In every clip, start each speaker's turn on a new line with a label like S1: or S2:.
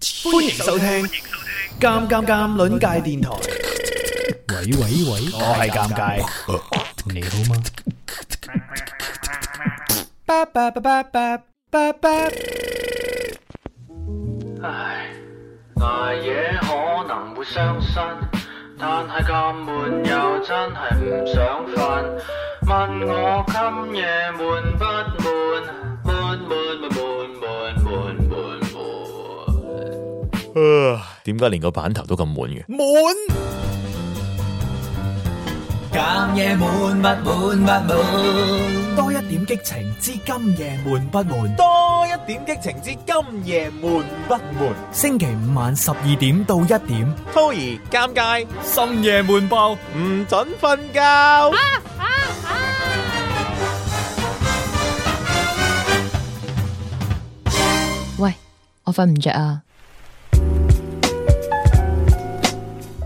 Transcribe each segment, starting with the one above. S1: 歡迎收聽《尷尷尷》鄰界電台。
S2: 喂喂喂，
S1: 我係尷尬，
S2: 你 好嗎？
S1: 巴巴巴巴巴巴巴。
S3: 唉，捱夜可能會傷身，但係咁悶又真係唔想瞓。問我今夜悶不悶？悶悶悶悶悶悶悶悶。
S4: 點解連個版頭都咁滿嘅？
S5: cảm giác mặn mặn mặn mặn,
S1: 多一點激情之今夜悶不悶？
S5: 多一點激情之今夜悶不悶？
S1: 星期五晚十二點到一點，
S5: Tô Nhi尷尬，
S1: 深夜悶爆。
S5: 唔准瞓覺。
S6: 喂，我瞓唔着啊！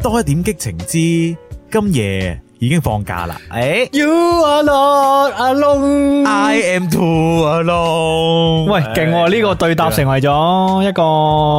S7: 多一點激情之今夜已經放假啦。誒、
S1: You are not alone。
S7: i am too alone。
S2: 喂，勁喎！呢個對答成為咗一個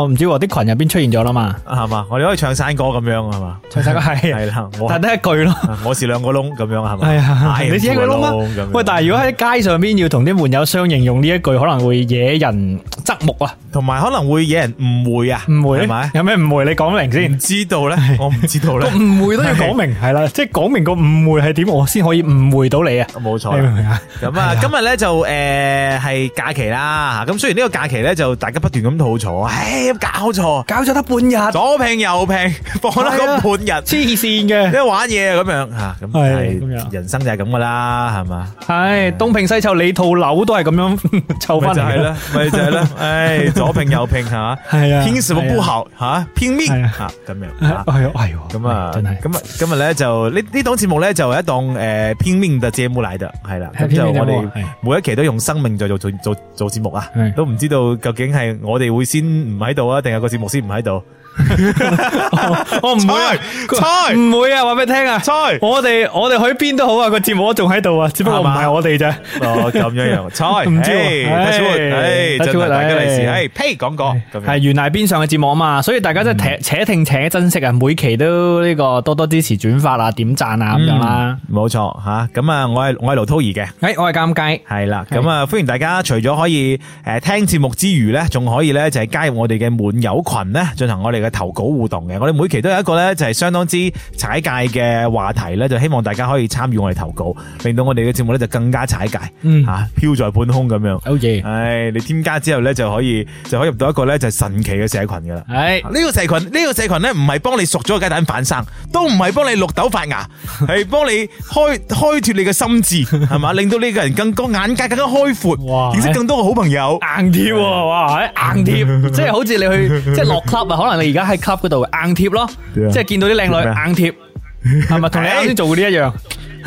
S2: 唔知喎，啲群入邊出現咗啦嘛，
S7: 係嘛？我哋可以唱山歌咁樣係嘛？
S2: 唱晒個
S7: 係
S2: 係，
S7: 啦，我
S2: 但得一句咯。
S7: 啊我是兩個窿咁樣係嘛？
S2: 係啊，
S7: I am
S2: 你自己
S7: too
S2: 佢窿
S7: alone 咁
S2: 啊
S7: 樣。
S2: 喂，但係如果喺街上邊要同啲門友相形用呢一句，可能會惹人側目啊，
S7: 同埋可能會惹人誤會啊，
S2: 誤會
S7: 係咪？
S2: 有咩誤會？你講明
S7: 唔
S2: 先。
S7: 知道咧，我唔知道
S2: 個
S7: 咧，
S2: 誤會都要講明，係啦，即係講明個誤會係點，我先可以誤會到你啊！
S7: 冇錯
S2: 你明唔
S7: 啦。
S2: 明啊？
S7: 咁啊，今日咧就誒係假期啦。咁雖然呢個假期咧就大家不斷咁吐槽，唉，搞錯，
S2: 搞咗得半日，
S7: 左拼右拼， 放得咁 半日。
S2: 黐線嘅，
S7: 一玩嘢咁樣吓，咁
S2: 係
S7: 係
S2: 咁樣
S7: 人生就係咁噶啦，係嘛？
S2: 係東拼西湊，你套樓都係咁 樣湊
S7: 咪
S2: 翻
S7: 就係
S2: 嚟
S7: 啦
S2: 啦，，
S7: 咪就係啦， 唉，左拼右拼吓，
S2: 係啊，
S7: 拼什麼不好吓，拼命
S2: 係啊
S7: 吓咁樣
S2: 係
S7: 吓
S2: 啊？。係啊，係喎
S7: 咁啊，
S2: 真係
S7: 咁啊，今日咧就呢呢檔節目咧就係一檔誒拼命嘅節目嚟嘅，係啦。
S2: 係
S7: 咁就
S2: 拼命
S7: 我
S2: 節目
S7: 哋
S2: 係
S7: 每一期都用生命在做做做做節目啊
S2: 係，
S7: 都唔知道究竟係我哋會先唔喺度啊，定係個節目先唔喺度？
S2: 我唔會啊，
S7: 猜
S2: 唔會啊，話俾你聽啊，
S7: 猜
S2: 我哋我哋去邊都好啊，個節目都仲喺度啊，只不過
S7: 係
S2: 唔
S7: 嘛
S2: 係我哋咋。
S7: 哦，咁樣 樣，猜
S2: 唔知喎
S7: 唉，touch wood，唉
S2: 唉，touch
S7: 真係
S2: wood，
S7: 大家利是，
S2: 唉
S7: 唉，呸，講過咁樣嗯
S2: 係懸崖邊上嘅節目啊嘛，所以大家真係且且聽且珍惜啊！每期都呢個多多支持轉發啊、點讚
S7: 嗯
S2: 啊咁樣啦。
S7: 冇錯吓，咁啊，我係我係盧滔兒嘅，
S2: 誒，我係尷尬。
S7: 係啦，咁啊，歡迎大家除咗可以誒聽節目之餘咧，仲可以咧就係加入我哋嘅滿友群咧，進行我哋嘅投稿互動嘅。我哋每期都有一個咧就係相當之踩界嘅話題咧，就希望大家可以參與我哋投稿，令到我哋嘅節目咧就更加踩界
S2: 嗯
S7: 吓，飄在半空咁樣。
S2: 好嘢，
S7: 唉，你添加之後咧就可以就可以入到一個咧就係神奇嘅社群噶啦。
S2: 係
S7: 呢個社群呢、個社群咧，唔係幫你熟咗個雞蛋反生，都唔係幫你綠豆發 芽，係幫你開開脱你嘅心智，係 嘛，令到呢個人更個眼界更加開闊，
S2: 哇
S7: 認識更多嘅好 朋友。
S2: 硬貼喎，哇！哎 硬貼，即係好似你去即係落 club 啊，可能你而家喺 club 嗰度硬貼咯，
S7: 對啊
S2: 即係見到啲靚女硬貼，係咪同你 啱
S7: 哎
S2: 先做嗰啲一樣？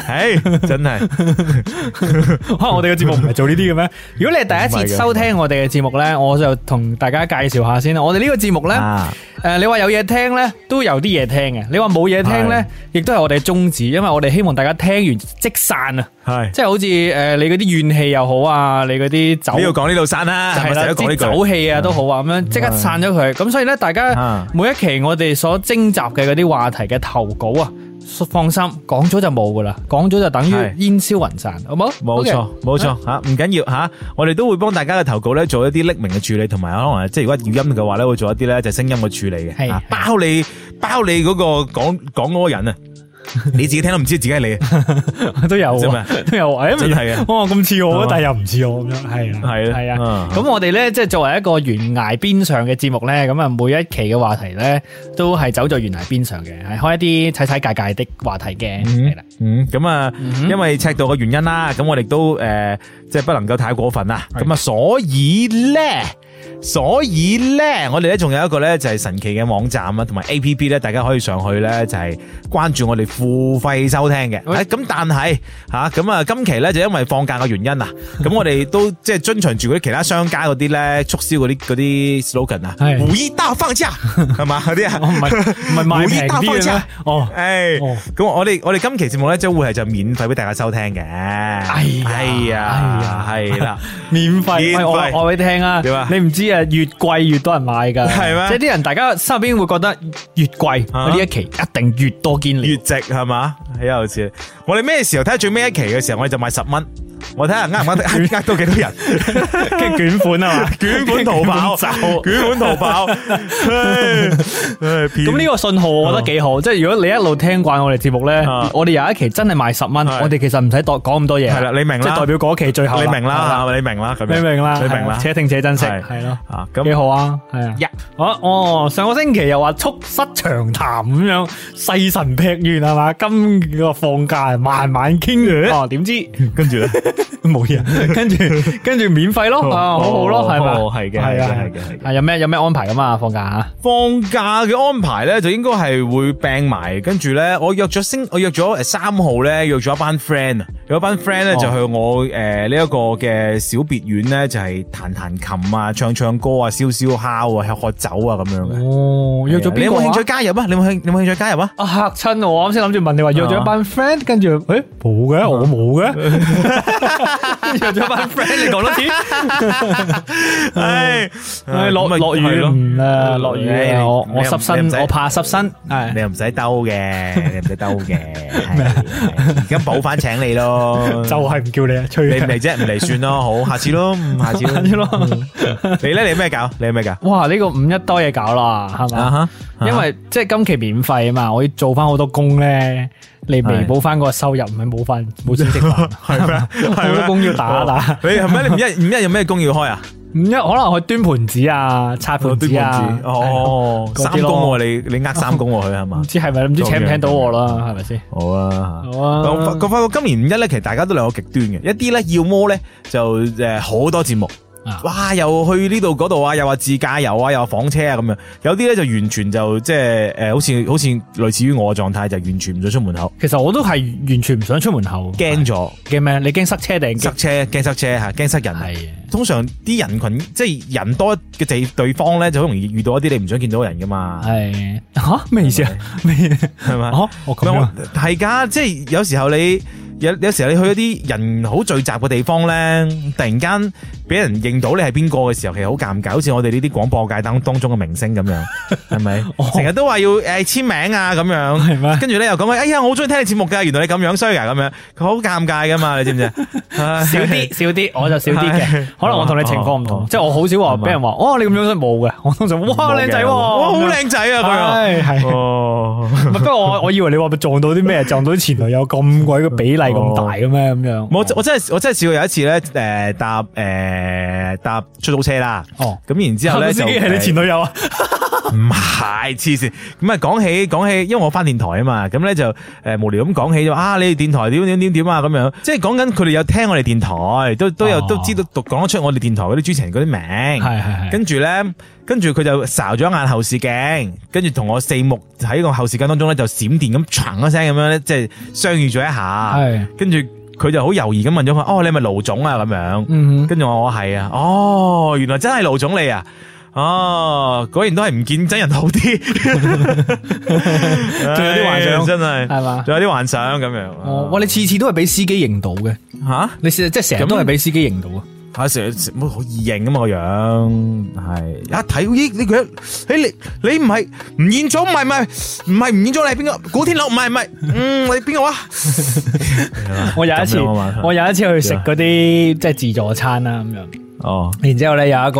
S7: 唉，真係
S2: 可啊能我哋嘅節目唔係做呢啲嘅咩？如果你係第一次收聽我哋嘅節目呢，我就同大家介紹下先啦。我哋呢個節目呢，
S7: Oh 啊，
S2: 誒，你話有嘢聽呢，都有啲嘢聽嘅；你話冇嘢聽呢，亦都係我哋嘅宗旨，因為我哋希望大家聽完即散啊，
S7: 係
S2: 即係好似誒你嗰啲怨氣又好啊，你嗰啲
S7: 呢度
S2: 走。
S7: 講呢度散啦，
S2: 係
S7: 我成
S2: 啦，
S7: 日都講
S2: 啲
S7: 呢句嗯
S2: 酒氣啊都好啊，咁樣即刻散咗佢。咁所以咧，大家
S7: 啊
S2: 每一期我哋所徵集嘅嗰啲話題嘅投稿啊，放心，講咗就冇噶啦，講咗就等於
S7: 係
S2: 煙消雲散，好冇？
S7: 冇
S2: OK，
S7: 錯，冇錯吓，唔緊要吓，我哋都會幫大家嘅投稿咧做一啲匿名嘅處理，同埋可能即係如果語音嘅話咧，會做一啲咧就係聲音嘅處理嘅，
S2: 係
S7: 啊包你包你嗰個講講嗰個 人啊，你自己聽都唔知自己係你啊。
S2: 都有
S7: 真
S2: 啊
S7: 係，
S2: 都有啊，
S7: 真係啊
S2: 哦，咁似我啊
S7: 係嘛，
S2: 但係又唔似我咁樣，係啊，
S7: 係啊
S2: 係啊
S7: 啊。
S2: 咁我哋咧，即係作為一個懸崖邊上嘅節目咧，咁啊，每一期嘅話題咧，都係走在懸崖邊上嘅，係開一啲踩踩界界的話題嘅，
S7: Ừ.
S2: 係啦。
S7: 嗯，咁啊，因為尺度嘅原因啦，咁我哋都誒，即係不能夠太過分啦。咁啊，所以咧，所以咧，我哋咧仲有一個咧就係神奇嘅網站啊，同埋 A P P 咧，大家可以上去咧就係關注我哋付費收聽嘅。
S2: 喂
S7: 誒咁但係吓，咁啊，今期咧就因為放假嘅原因啊，咁我哋都即係遵循住嗰啲其他商家嗰啲咧促銷嗰啲嗰啲 slogan à. 啊，
S2: 係
S7: 五一大放假係嘛嗰啲啊
S2: 我。 唔係唔係賣
S7: 無意
S2: 平
S7: 搭
S2: 啲
S7: 火
S2: 嘅
S7: 車
S2: 咩？哦。
S7: 唉，
S2: 哦
S7: 咁我哋我哋今期節目咧，將會係就免費俾大家收聽嘅。哎
S2: 呀
S7: 呀，係啦，
S2: 免費，
S7: 免費
S2: 喂我我俾你聽啊
S7: 點啊，
S2: 你唔知啊，越貴越多人買㗎，
S7: 係咩
S2: 即係啲人大家心入邊會覺得越貴
S7: 啊
S2: 呢一期一定越多堅料
S7: 月。值係嘛？喺又似我哋咩時候睇下最尾一期嘅時候，我哋就賣十蚊，我睇下呃唔呃得呃到幾多人，
S2: 跟住卷款啊嘛，
S7: 卷本逃跑，
S2: 卷
S7: 卷本
S2: 款走
S7: 逃跑，咁
S2: 咁呢個信號我覺得幾好，即係如果你一路聽慣我哋節目咧
S7: 啊，
S2: 我哋有一期真係賣十蚊，
S7: 係
S2: 我哋其實唔使度講咁多嘢，
S7: 係啦你明啦
S2: 即係代表嗰期最後，
S7: 你明，啦，你明啦，咁
S2: 你
S7: 樣
S2: 明啦，
S7: 你明啦，
S2: 且聽且珍惜，
S7: 係
S2: 係咯，
S7: 啊
S2: 幾
S7: 咁
S2: 好啊，係啊
S7: 一，
S2: 好啊哦，上個星期又話促膝長談咁樣，細神劈完係嘛，今個放假慢慢傾，哦，點知？
S7: 跟住咧，
S2: 冇嘢，跟住跟住免費咯，啊，好好咯，係
S7: 哦
S2: 咪？
S7: 係嘅
S2: 係
S7: 係嘅係
S2: 啊
S7: 嘅係嘅
S2: 係啊，有咩有咩安排咁啊？放假啊？
S7: 放假嘅安排咧，就應該係會病埋，跟住咧，我約咗星，我約咗誒三號咧，約咗一班 friend 啊，有一班 friend 咧
S2: 哦
S7: 就去我誒呢一個嘅小別院咧，就係彈彈琴啊、唱唱歌啊、燒燒烤啊、喝喝酒啊咁樣嘅。
S2: 哦，約咗
S7: 你
S2: 邊
S7: 有
S2: 個
S7: 冇
S2: 啊
S7: 興趣加入啊？你有冇興你有冇興趣加入啊？
S2: 啊嚇親我！我啱先諗住問你話約咗一班 friend，跟住誒冇嘅，我冇嘅，約咗 一班 friend，你講多次，
S7: 唉，
S2: 唉落
S7: 咁啊
S2: 落雨
S7: 係咯
S2: 唔啊落雨
S7: 唉你
S2: 啊！我我
S7: 你又唔
S2: 濕身
S7: 你唔，使
S2: 我怕濕身，
S7: 你
S2: 係
S7: 又唔使兜嘅，你唔使兜嘅， 係係而家補翻請你咯。
S2: 就係唔叫你啊，
S7: 你
S2: 吹
S7: 唔嚟啫，唔嚟算咯，好，下次咯， 嗯下次
S2: 啲
S7: 咯。嗯
S2: 咯。
S7: 你咧，你有咩搞？你有咩搞？
S2: 哇！呢個五一多嘢搞啦，係嘛？
S7: 啊哈，
S2: 因為即係今期免費啊嘛，我要做翻好多工咧，嚟彌補翻個收入，唔係冇飯冇錢 食飯，係咩？ 好多工要打一打。
S7: 哦你係咪你五一五一有咩工要開啊？
S2: 五一可能去端盤子啊、擦盤子啊，
S7: 哦，
S2: 嗰
S7: 三
S2: 啲咯
S7: 工喎，你你呃三工喎，佢係嘛
S2: 唔？知係咪？唔知請唔請到我啦，係咪先？
S7: 好啊，
S2: 好啊
S7: 我發我發覺今年五一咧，其實大家都兩個極端嘅，一啲咧要麼咧就誒好多節目
S2: 啊。
S7: 哇！又去呢度嗰度啊，又話自駕遊啊，又話房車啊咁樣，有啲咧就完全就即係呃誒，好似好似類似於我嘅狀態，就完全唔想出門口，
S2: 其實我都係完全唔想出門口，
S7: 驚咗
S2: 嘅咩？你驚塞車定
S7: 塞
S2: 驚？
S7: 車，驚塞車嚇，驚塞人。
S2: 係啊
S7: 通常啲人群即係人多嘅地對方咧，就好容易遇到一啲你唔想見到嘅人噶嘛。
S2: 係吓咩意思啊？咩係
S7: 咪
S2: 哦，我咁樣
S7: 系噶，即係有時候你有有时候你去一啲人好聚集嘅地方咧，突然間俾人認到你係邊個嘅時候，其實好尷尬，好似我哋呢啲廣播界當當中嘅明星咁 樣，係咪？成日都話要诶签名啊咁樣，
S2: 哦 係咩
S7: 跟住咧又講哎呀，我好中意聽你節目㗎，原來你咁樣衰㗎咁樣，佢好尷尬噶嘛，你知唔知？啊
S2: 少
S7: 少
S2: 啲，少啲，我就少啲嘅
S7: 係。
S2: 可能我同你情況唔同，
S7: 哦
S2: 即係我好少話
S7: 係嘛
S2: 俾人話，哦，你咁樣都冇嘅。我通常哇，靚仔喎，
S7: 哇好靚仔啊佢
S2: 係係
S7: 又，哦。
S2: 唔係不過我我以為你話咪撞到啲 咩，撞到啲前女友咁鬼嘅比例咁大嘅咩咁樣？
S7: 我真我真係我真係試過有一次咧，誒、搭誒、搭出租車啦，
S2: 哦
S7: 咁然之後
S2: 後
S7: 咧
S2: 司
S7: 就
S2: 機係你前
S7: 誒
S2: 女友啊？
S7: 唔係黐線，咁啊講起講起，因為我翻電台啊嘛，咁咧就誒、無聊咁講起就話啊，你哋電台點點點點啊咁樣，即係講緊佢哋有聽我哋電台，都都有、
S2: 哦
S7: 都知道讀講得出我哋電台嗰啲主持人嗰啲名，
S2: 係係係
S7: 跟住咧，跟住佢就睄咗一眼後視鏡，跟住同我四目喺個後視鏡當中咧就閃電咁唰一聲咁樣咧，即係相遇咗一下，
S2: 係
S7: 跟住佢就好猶豫咁問咗佢：哦，你係咪盧總啊？咁樣，
S2: 嗯哼
S7: 跟住我話係啊，哦，原來真係盧總你啊！哦，果然都係唔見真人好啲，仲
S2: 仲有啲幻想
S7: 真係
S2: 係嘛
S7: 仲有啲幻想咁樣。
S2: 哦，哇！你次次都係俾司機認到嘅，
S7: 吓
S2: 你即係成日都係俾司機認到啊？
S7: 睇成日好易認啊嘛個樣，係一睇咦呢個人，誒你你唔係吳彥祖，唔係唔係唔係吳彥祖，你係邊個？古天樂唔係唔係，嗯你邊個啊？
S2: 我有一次，
S7: 咁樣啊嘛
S2: 我有一次去食嗰啲即係自助餐啦咁樣。
S7: 哦
S2: 然之後咧有一個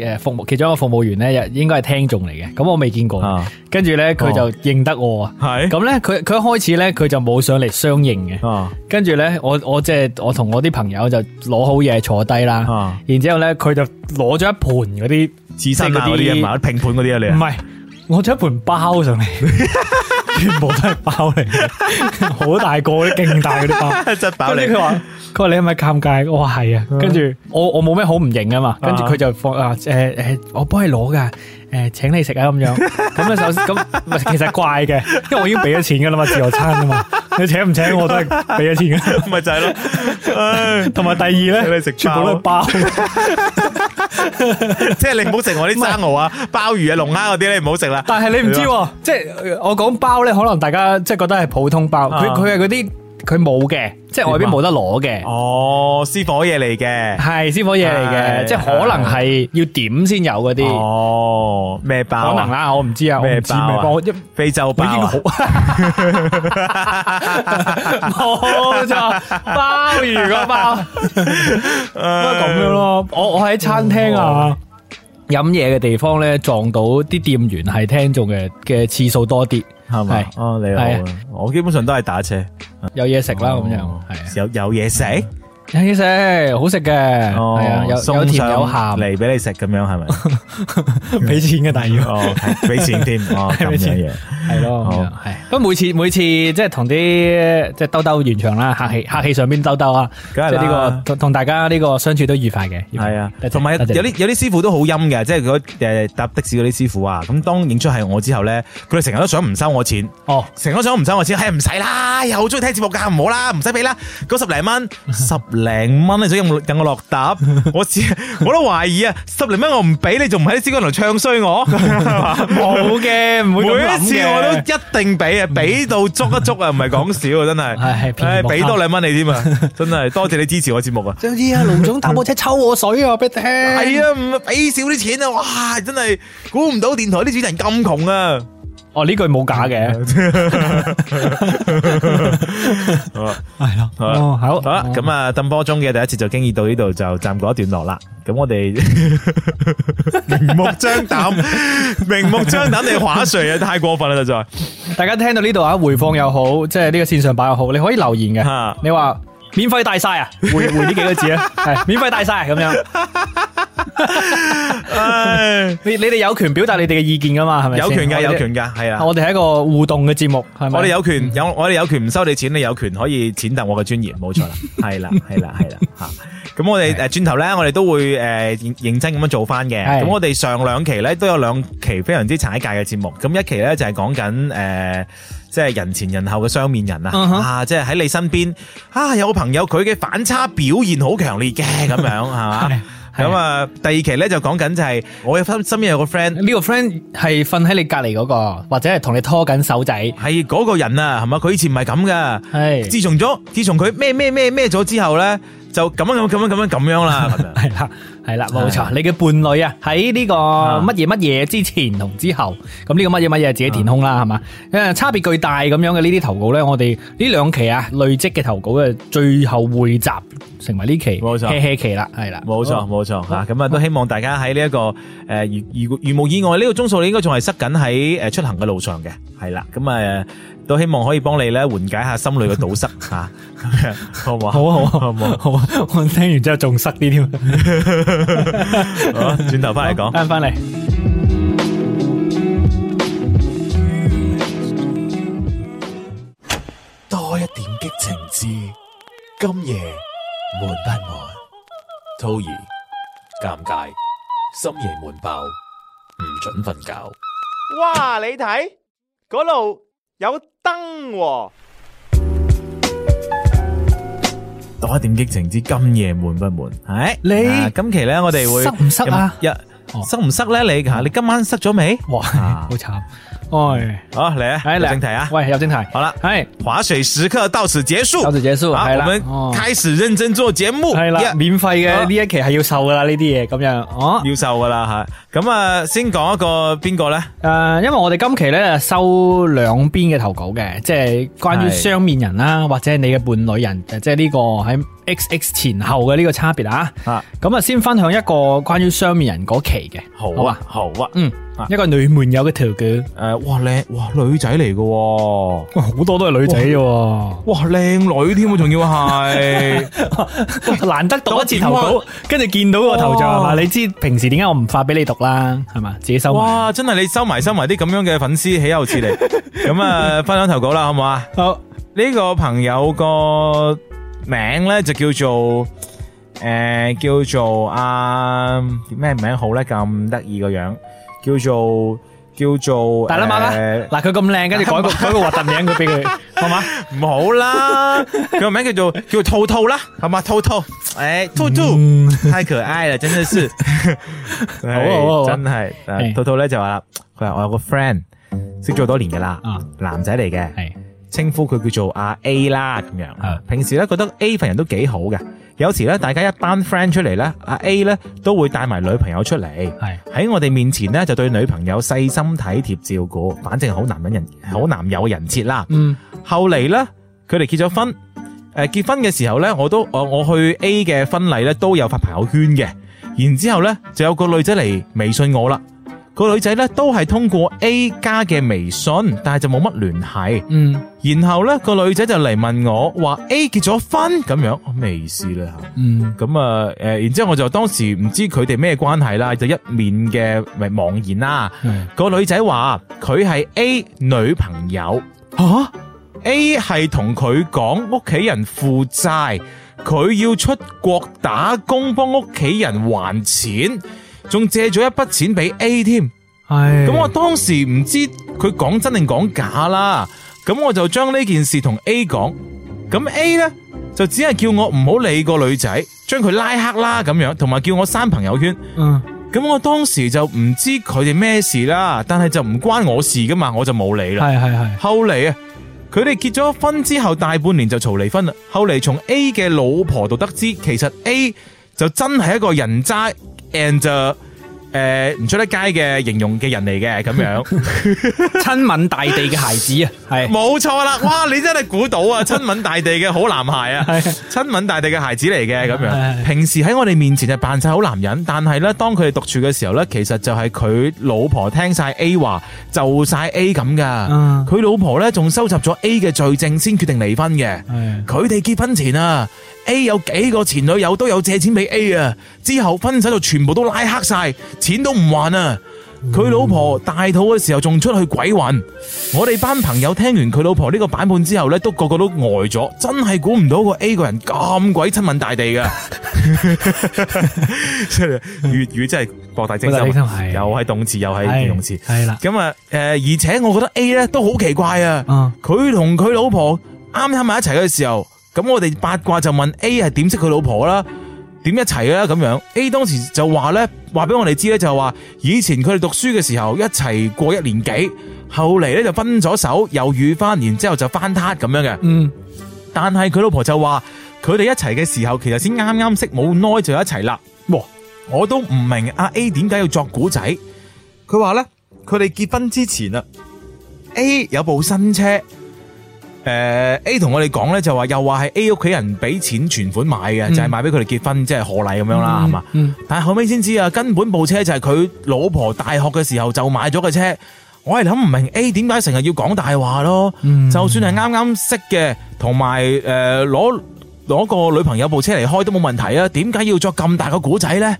S2: 誒服務，其中一個服務員咧，又應該係聽眾嚟嘅，咁我未見過
S7: 啊。
S2: 跟住咧佢就認得我啊，
S7: 係
S2: 咁咧佢佢一開始咧佢就冇上嚟相認嘅，
S7: 啊
S2: 跟住咧我我即係我同我啲朋友就攞好嘢坐低啦
S7: 啊，
S2: 然之後咧佢就攞咗一盤嗰啲
S7: 刺身啊嗰啲嘢嘛，拼盤嗰啲啊你
S2: 唔
S7: 啊
S2: 係攞咗一盤包上嚟， 全部都係包嚟嘅，好大個啲，勁大嗰 啲包。
S7: 真飽
S2: 跟住佢
S7: 你
S2: 話：佢話你係咪尷尬？我話係啊。
S7: 嗯
S2: 跟住我我冇咩好唔認啊嘛。跟住佢就放啊誒誒，我幫你攞噶。誒請你食啊 咁樣，咁啊首先咁唔係其實怪嘅，因為我已經俾咗錢噶啦嘛，自助餐啊嘛，你請唔請我都係俾咗錢噶。
S7: 咪就係咯，唉
S2: 同埋第二咧，
S7: 請你食包
S2: 全部都係 包，
S7: 即係你唔好食我啲生蠔啊、鮑魚啊、龍蝦嗰啲，你唔好食啦。啊
S2: 呃但係你唔知喎，即係我講包咧，可能大家即係覺得係普通包，佢
S7: 啊
S2: 佢係嗰啲佢冇嘅，即係外邊冇得攞嘅。
S7: 哦，私火嘢嚟嘅。
S2: 系私火嘢嚟嘅，
S7: 係
S2: 即系可能系要點先有嗰啲，
S7: 哦，咩包啊？
S2: 可能啦，我唔知啊，我
S7: 咩
S2: 唔知
S7: 包啊
S2: 咩包，我一
S7: 非洲包啊。
S2: 冇錯，包魚個包，咁樣咯。我我喺餐
S7: 嗯
S2: 廳啊。飲嘢嘅地方咧，撞到啲店員係聽眾嘅嘅次數多啲，
S7: 系嘛
S2: 係？
S7: 哦，你
S2: 係
S7: 好
S2: 啊
S7: 啊，我基本上都係打車。
S2: 有嘢食啦咁樣，
S7: 哦
S2: 係啊
S7: 有有嘢食，
S2: 有嘢食，好食嘅，係啊，有
S7: 哦送
S2: 有甜
S7: 上
S2: 有鹹，
S7: 嚟俾你食咁樣係咪？
S2: 俾錢嘅但要
S7: 哦，係俾錢 添，哦咁
S2: 俾
S7: 樣
S2: 錢
S7: 嘢。
S2: 系咯，
S7: 好
S2: 系。不過每次每次即係同啲即係兜兜現場啦，客氣客氣上邊兜兜啊，即
S7: 梗係啦
S2: 係呢個同同大家呢個相處都愉快嘅。
S7: 系
S2: 愉快
S7: 啊
S2: 多謝，
S7: 同埋有
S2: 多謝
S7: 啲有啲師傅都好陰嘅，即係嗰誒搭的士嗰啲師傅啊，咁當影出係我之後咧，佢哋成日都想唔收我錢，
S2: 哦，
S7: 成日都想唔收我錢，係唔使啦，又好中意聽節目㗎，唔好啦，唔使俾啦，嗰十零蚊，十零蚊你想 引我引我落 搭，我只我都懷疑啊，十零蚊我唔俾你，仲唔喺啲司機度唱衰我？
S2: 冇嘅，唔
S7: 每
S2: 會咁諗
S7: 一
S2: 嘅
S7: 次我都一定俾啊，俾到足一足啊，唔係講少啊，真係，
S2: 係係騙
S7: 唉
S2: 幕
S7: 俾
S2: 啊
S7: 多兩蚊你添 啊，真係多謝你支持我節目啊！
S2: 張姨啊，盧總搭部車抽我水啊，俾你聽。
S7: 系啊，唔俾少啲錢啊！哇，真係估唔到電台啲主持人咁窮啊！
S2: 哦呢句冇假嘅，
S7: 好啦，
S2: 係咯。
S7: 好啦
S2: 哦
S7: 好
S2: 好，
S7: 啦，咁啊，鄧波中嘅第一節就經已到呢度就暫告一段落啦。咁 我哋明目張膽，明目張膽地划水啊！太過分啦，就在
S2: 大家聽到呢度啊，回放又好，即係呢個線上版又好，你可以留言嘅。
S7: 吓
S2: 你話免費大晒啊，回回呢幾個字 啊，係免費大晒咁樣。
S7: 唉
S2: 你你哋有權表達你哋嘅意見噶嘛？係咪
S7: 有
S2: 先？
S7: 權噶，
S2: 我哋
S7: 有權噶，係啊！
S2: 我哋係一個互動嘅節目，係咪？
S7: 我哋有權有我哋有權唔收你錢，你有權可以踐踏我嘅尊嚴，冇 錯啦，係啦，係啦，係啦吓。咁我哋誒呃轉頭咧，我哋都呃會誒認認真咁樣做翻嘅。
S2: 係
S7: 咁我哋上兩期咧都有兩期非常之踩界嘅節目，咁一期咧就係講緊誒。呃即係人前人後嘅雙面人啊！
S2: 嗯哼
S7: 啊，即係喺你身邊啊，有個朋友佢嘅反差表現好強烈嘅咁樣，係 嘛？
S2: 係
S7: 咁啊，第二期咧就講緊就係我有身身邊有個 friend
S2: 呢個 friend 係瞓喺你隔離嗰個，或者係同你拖緊手仔，
S7: 係嗰個人啊，係嘛？佢以前唔係咁噶，
S2: 係
S7: 自從咗，自從佢咩咩咩咩咗之後咧，就咁樣咁樣咁樣咁樣咁樣啦，咁樣
S2: 係啦係啦，冇錯。你嘅伴侶啊，喺呢個乜嘢乜嘢之前同之後，咁呢個乜嘢乜嘢自己填空啦，係嘛？誒差別巨大咁樣嘅呢啲投稿咧，我哋呢兩期啊累積嘅投稿嘅最後匯集成為呢期
S7: 冇錯
S2: hea hea 期啦，係啦，
S7: 冇錯冇錯嚇，咁啊都希望大家喺呢一個誒如如如無意外呢個鐘數，你應該仲係塞緊喺誒出行嘅路上嘅，係啦，咁啊都希望可以幫你咧緩解下心裏嘅堵塞嚇，咁樣好唔好？
S2: 好好
S7: 好
S2: 好
S7: 唔好？
S2: 好，我聽完之後仲塞啲添，
S7: 好啊轉頭翻嚟講。
S2: 翻翻嚟。
S1: 多一點激情之今夜悶不悶？
S4: 兔兒尷尬，深夜悶爆，唔准瞓覺。
S8: 哇！你睇嗰度有燈喎、
S7: 多一點激情之今夜悶不悶？係
S2: 你
S7: 啊今期咧，我哋會
S2: 塞唔塞啊
S7: 一
S2: 哦
S7: 塞唔塞咧？你嚇你今晚塞咗未？
S2: 哇，
S7: 啊
S2: 好慘！哎，
S7: 好嚟啊，
S2: 哎
S7: 入
S2: 嚟
S7: 正題啊！
S2: 喂，有正題，
S7: 好啦，
S2: 係
S7: 划水时刻到此結束，
S2: 到此結束
S7: 好，
S2: 係啦
S7: 我
S2: 哦
S7: 們開始認真做節目，
S2: 係啦，
S7: Yeah，
S2: 免費嘅
S7: 啊
S2: 呢一期係要售噶啦，呢啲嘢咁樣，哦，
S7: 要受噶啦吓。咁啊，先講一個邊個咧？
S2: 誒，呃因為我哋今期咧收兩邊嘅投稿嘅，即係關於
S7: 係
S2: 雙面人啦，或者係你嘅伴侶人，誒即係呢個喺 X X 前後嘅呢個差別啊。
S7: 啊，
S2: 咁啊，先分享一個關於雙面人嗰期嘅，
S7: 好
S2: 好
S7: 啊
S2: 啊，
S7: 好啊。
S2: 嗯
S7: 啊，
S2: 一個女伴友嘅條件，
S7: 誒，哇靚，哇女仔嚟嘅喎，
S2: 哇好多都係女仔嘅喎，
S7: 哇靚女添喎，仲要 係。
S2: 難得讀一次投稿，跟住見到個頭像係嘛，
S7: 哇
S2: 你知平時點解我唔發俾你讀啦，係嘛，自己收埋。
S7: 哇！真係你收埋收埋啲咁樣嘅粉絲喜有 之嚟，咁啊分享投稿啦，好唔好啊？
S2: 好
S7: 呢個朋友個名咧就叫做诶、呃叫做啊咩名好咧？咁得意個樣，叫做叫做
S2: 大喇嘛啦
S7: 呃，
S2: 嗱佢咁靚，跟住改個 改個核突名佢俾佢，好嘛？
S7: 唔好啦，佢個名叫做叫做兔兔啦，好嘛？兔兔，诶、兔兔，太可愛啦，真的是，
S2: 嗯
S7: 哎
S2: 好啊好好哎
S7: 真啊係诶，
S2: 係
S7: 兔兔咧就話啦，佢話我有個 friend 識咗好多年噶啦
S2: 啊，
S7: 男仔嚟嘅。
S2: 係
S7: 稱呼佢叫做阿 A 啦咁樣。
S2: 係
S7: 平時咧覺得 A 份人都幾好嘅，有時咧大家一班 friend 出嚟咧，阿 A 咧都會帶埋女朋友出嚟。
S2: 係
S7: 喺我哋面前咧就對女朋友細心體貼照顧，反正好男人人好男友嘅人設啦。
S2: 嗯，
S7: 後嚟咧，佢哋結咗婚。誒結婚嘅時候咧，我都我我去 A 嘅婚禮咧都有發朋友圈嘅。然之後咧就有個女仔嚟微信我啦。個女仔咧都係通過 A 加嘅微信，但係就冇乜聯繫。
S2: 嗯，
S7: 然後咧個女仔就嚟問我話 A 結咗婚咁樣，我咩意思咧嚇？
S2: 嗯，
S7: 咁啊，誒、然之後我就當時唔知佢哋咩關係啦，就一面嘅咪茫然啦。
S2: 嗯
S7: 個女仔話佢係 A 女朋友嚇、a 係同佢講屋企人負債，佢要出國打工幫屋企人還錢，仲借咗一筆錢俾 A 添。
S2: 係。
S7: 咁我當時唔知佢講真定講假啦，咁我就將呢件事同 A 講，咁 A 呢，就只係叫我唔好理個女仔，將佢拉黑啦咁樣，同埋叫我刪朋友圈。
S2: 嗯，
S7: 咁我當時就唔知佢哋咩事啦，但係就唔關我事噶嘛，我就冇理啦。
S2: 係係係，
S7: 後嚟啊，佢哋結咗婚之後大半年就嘈離婚啦。後嚟從 A 嘅老婆度得知，其實 A 就真係一個人渣 and 誒、呃唔出得街嘅形容嘅人嚟嘅咁樣。
S2: 親吻大地嘅孩子啊， 係
S7: 冇錯啦，哇！你真係估到啊，親吻大地嘅好男孩 啊，親吻大地嘅孩子嚟嘅咁
S2: 係
S7: 樣。平時喺我哋面前就扮晒好男人，但係咧，當佢哋獨處嘅時候咧，其實就係佢老婆聽晒 A 話，就晒 A 咁
S2: 嗯
S7: 噶。佢老婆咧仲收集咗 A 嘅罪證，先決定離婚嘅。
S2: 係
S7: 佢哋結婚前啊，A 有幾個前女友都有借錢俾 A 啊，之後分手就全部都拉黑晒，錢都唔還啊！佢老婆大肚嘅時候仲出去鬼混，我哋班朋友聽完佢老婆呢個版本之後咧，都個個都呆咗，真係估唔到個 A 個人咁鬼親吻大地 噶。 粵語真係博大精深啊，
S2: 博大精深係
S7: 又係動詞又係形容詞。
S2: 係啦，
S7: 咁啊，誒、而且我覺得 A 咧都好奇怪啊。
S2: 嗯
S7: 佢同佢老婆啱啱埋一齊嘅時候，咁我哋八卦就問 A 係點識佢老婆啦，點一齊啦咁樣。A 當時就話咧，話俾我哋知咧就話，以前佢哋讀書嘅時候一齊過一年幾，後嚟咧就分咗手，又遇翻，然之後就翻撻咁樣嘅。
S2: 嗯
S7: 但係佢老婆就話，佢哋一齊嘅時候其實先啱啱識冇耐就一齊啦。哇！我都唔明阿 A 點解要作古仔。佢話咧，佢哋結婚之前啊，A 有部新車，誒、A 呃同我哋講咧就話又話係 A 屋企人俾錢存款買嘅，就係買俾佢哋結婚即係賀禮咁樣啦，係嘛、
S2: 嗯
S7: 但係後尾先知啊，根本部車就係佢老婆大學嘅時候就買咗嘅車。我係諗唔明 A 點解成日要講大話咯？
S2: 嗯
S7: 就算係啱啱識嘅，同埋誒攞攞個女朋友部車嚟開都冇問題啊！點解要作咁大個古仔呢？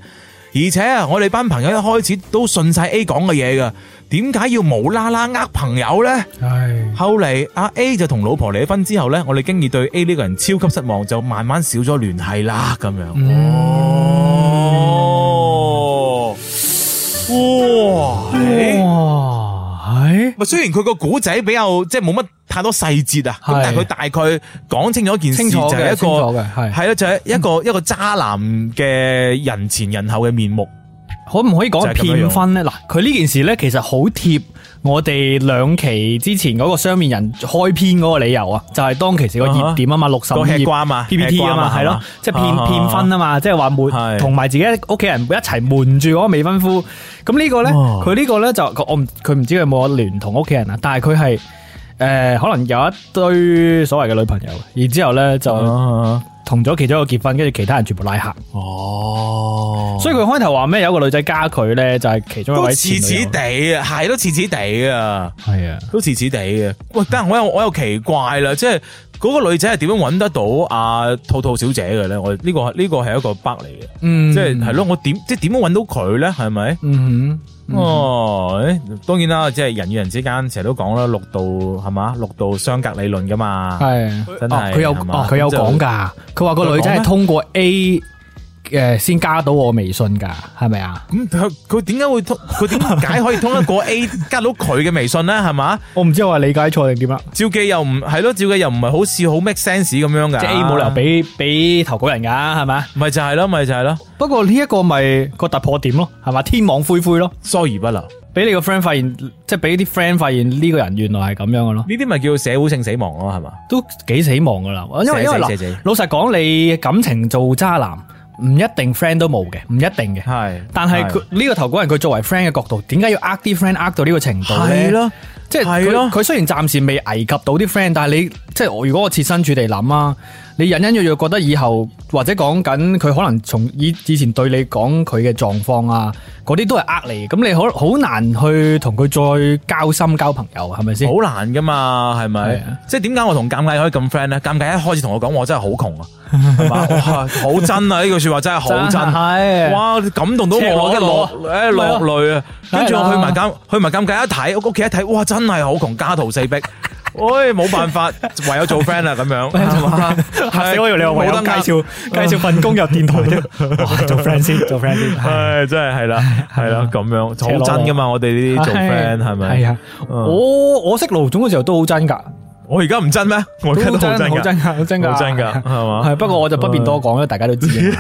S7: 而且啊，我哋班朋友一開始都信晒 A 講嘅嘢噶，點解要無啦啦呃朋友呢？
S2: 係
S7: 後嚟阿 A 就同老婆離咗婚之後呢，我哋經已對 A 呢個人超級失望，就慢慢少咗聯繫啦，咁樣。
S2: 嗯
S7: 哦，哇！欸
S2: 哇係
S7: 咪雖然佢個古仔比較即係冇乜太多細節啊，咁
S2: 係
S7: 但係佢大概講清楚一件事
S2: 清楚
S7: 就
S2: 嘅
S7: 係一
S2: 清楚
S7: 個
S2: 嘅嗯係
S7: 係啦，就係一個一個渣男嘅人前人後嘅面目。
S2: 可唔可以講
S7: 就
S2: 係
S7: 係咁樣樣
S2: 騙婚咧？嗱，佢呢件事咧其實好貼我哋兩期之前嗰個雙面人開篇嗰個理由啊，就係當其時個熱點啊嘛，六十五
S7: 個吃
S2: 頁
S7: 瓜嘛
S2: PPT
S7: 吃瓜
S2: 啊嘛，
S7: 嘛
S2: 係
S7: 係
S2: 咯
S7: 嘛，
S2: 即係
S7: 啊
S2: 騙
S7: 啊啊
S2: 騙婚啊嘛，即係話瞞
S7: 係
S2: 同埋自己屋企人一齊瞞住嗰個未婚夫。咁呢個咧，
S7: 哦
S2: 佢呢個咧就我唔佢唔知佢有冇聯同屋企人啊，但係佢係。誒、可能有一堆所謂嘅女朋友，然之後咧
S7: 啊
S2: 就同咗其中一個結婚，跟住其他人全部拉黑。
S7: 哦，
S2: 所以佢開頭話咩有個女仔加佢咧，就係其中一
S7: 都
S2: 位
S7: 似
S2: 前女
S7: 似
S2: 友。
S7: 地啊，係都似似地啊。
S2: 系啊，
S7: 都似似地嘅。喂，但係我又我又奇怪啦，即係嗰個女仔係點樣揾得到阿兔兔小姐嘅咧？我呢個呢個係一個 bug 嚟嘅，
S2: 嗯
S7: 即係係咯，我點即係點樣揾到佢咧？係咪？
S2: 嗯
S7: 哦，誒當然啦，即係人與人之間成日都講啦，六度係嘛，六度相隔理論噶嘛，
S2: 哼，系，
S7: 真
S2: 哦
S7: 係
S2: 佢有
S7: 係嘛
S2: 哦，佢有
S7: 咁就
S2: 講噶，佢話個女仔
S7: 佢有講咩
S2: 係通過 A 诶先加到我微信噶，係咪啊？
S7: 咁佢佢點解會通？佢點解可以通得過 A 加到佢嘅微信咧？係嘛？
S2: 我唔知我係理解錯定點啦，
S7: 照記又唔係咯，照記又唔係好似好 make sense 咁樣㗎。
S2: 即系 A 冇理由，俾俾投稿人噶，係咪？啊
S7: 咪就係咯，咪就係咯，
S2: 不過呢一個咪個突破點咯，係嘛？天網恢恢咯，
S7: 疏而不漏。
S2: 俾你個 friend 發現，即係俾啲 friend 發現呢個人原來係咁樣嘅咯，
S7: 呢啲咪叫社會性死亡咯，係嘛？
S2: 都幾死亡噶啦。因為因
S7: 死死
S2: 為
S7: 死
S2: 嗱
S7: 死，
S2: 老實講，你感情做渣男唔一定 friend 都冇嘅，唔一定嘅。
S7: 係
S2: 但係佢呢個投稿人佢作為 friend 嘅角度，點解要呃啲 friend 呃到呢個程度咧？
S7: 係咯，
S2: 即係
S7: 係咯
S2: 佢佢雖然暫時未危及到啲 friend，但係你即係我如果我設身處地諗啊，你隱隱約約覺得以後或者講緊佢可能從以以前對你講佢嘅狀況啊，嗰啲都係呃你，咁你好好難去同佢再交心交朋友，係咪先？
S7: 好難噶嘛，係
S2: 係
S7: 咪
S2: 啊？
S7: 即係點解我同尷尬可以咁 friend 咧？尷尬一開始同我講我真係好 窮啊，係嘛？哇好真啊！呢句说話真係好真。
S2: 係
S7: 哇！感動到
S2: 赤
S7: 我
S2: 裸
S7: 嘅落
S2: 裸
S7: 誒落淚啊！跟住我去
S2: 梗係啦
S7: 埋監去埋監計一睇，屋企一睇，哇！真係好窮，家徒四壁。喂，冇 辦法，唯有做 friend 啦咁樣，係嘛？
S2: 嚇死我！以為你話唯有
S7: 冇得
S2: 介
S7: 呃
S2: 紹介紹份工入電台啫， 哇做 friend 先，做 friend 先。係
S7: 唉，真係係啦，係啦，咁樣好真噶嘛！我哋呢啲做 friend 係咪？
S2: 系啊，
S7: 嗯
S2: 我我识卢总嘅时候都好真噶，
S7: 我而家唔真咩？我而家都好真
S2: 好
S7: 㗎
S2: 真噶，好真噶，
S7: 好真噶， 係嘛？
S2: 系，不過我就不便多講啦，大家都知 嘅。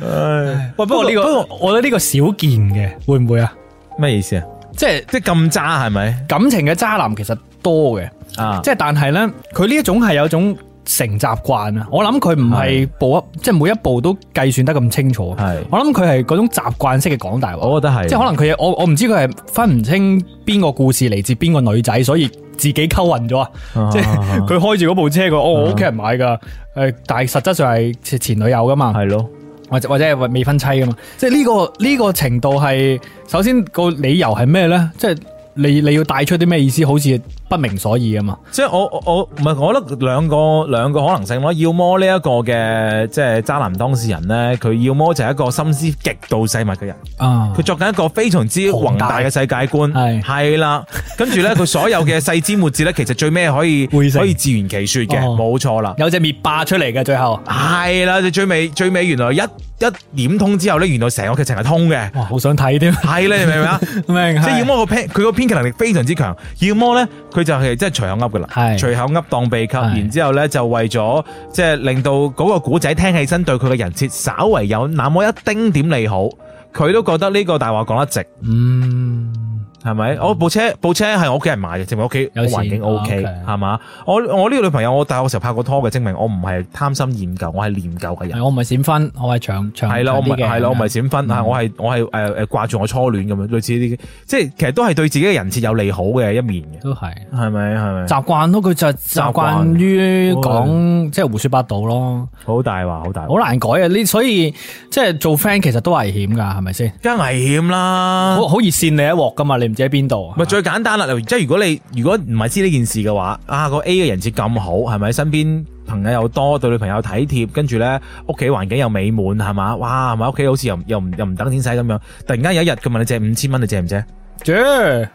S2: 喂，不過呢個，不過我覺得呢個少見嘅，會唔會啊？
S7: 咩意思啊？
S2: 即係
S7: 即係咁渣係咪？
S2: 感情嘅渣男其實多嘅，
S7: 啊，
S2: 即係但係呢，佢呢一種係有一種成習慣啊。我諗佢唔係步一，即係每一步都計算得咁清楚。
S7: 係
S2: 我諗佢係嗰種習慣式嘅講大話，
S7: 我覺得係，
S2: 即係可能佢我我唔知佢係分唔清邊個故事嚟自邊個女仔，所以自己溝暈咗啊。
S7: 能
S2: 即係佢開住嗰部車，佢哦
S7: 啊
S2: 我屋企人買㗎，誒，但係實質上係前前女友㗎嘛。
S7: 係咯，
S2: 或者或者係未婚妻噶嘛，即係呢、個呢、個程度係首先個理由係咩咧？即係你你要帶出啲咩意思？好似不明所以啊嘛。
S7: 即係我我我唔係，我覺得兩個兩個可能性咯，要麼呢一個嘅即係渣男當事人咧，佢要麼就係一個心思極度細密嘅人，
S2: 啊
S7: 佢作緊一個非常之宏大嘅世界觀，
S2: 係
S7: 係啦，跟住咧佢所有嘅細枝末節咧，其實最尾可以
S2: 匯成
S7: 可以自圓其說嘅，
S2: 哦
S7: 冇錯啦。
S2: 有隻滅霸出嚟嘅最後，
S7: 係啦，你最尾最尾原來一一點通之後咧，原來成個劇情係通嘅，
S2: 哇，好想 睇添，
S7: 係啦，你明唔明 啊？
S2: 明
S7: 即係要麼個編佢個編劇能力非常之強，要麼咧佢就係真係隨口噏噶啦，
S2: 係
S7: 隨口噏當秘笈，
S2: 係
S7: 然之後咧就為咗即係令到嗰個古仔聽起身對佢嘅人設稍為有那麼一丁點利好，佢都覺得呢個大話講得值，
S2: 嗯，
S7: 係咪？我部車部車係我屋企人買嘅，證明屋企
S2: 有錢
S7: 環境 O K
S2: 哦，OK
S7: 係嘛？我我呢個女朋友我大學時候拍過拖嘅，證明我唔係貪心厭舊，我係念舊嘅人。
S2: 係我唔係閃婚，我係長長
S7: 係啦，我唔
S2: 長啲嘅
S7: 係係啦，我唔係閃婚啊，我係我係誒誒掛住我初戀咁樣，類似呢啲，即係其實都係對自己嘅人設有利好嘅一面嘅，
S2: 都係
S7: 係咪係咪？
S2: 習慣咯，佢就習慣於講即係胡說八道咯，
S7: 好大話，好大
S2: 好
S7: 話，
S2: 難改啊！呢所以即係做 friend 其實都危險㗎，係咪先？
S7: 梗係危險啦。
S2: 好好易跣你一鑊㗎嘛，你唔知喺邊度。
S7: 咪最簡單啦，即係如果你如果唔係知呢件事嘅話，啊個 A 嘅人設咁好，係咪身邊朋友又多，對女朋友又體貼，跟住咧屋企環境又美滿，係嘛？哇，係咪屋企好似又唔又唔又唔等錢使咁樣？突然間有一日佢問你借五千蚊，你借唔借？
S2: 啫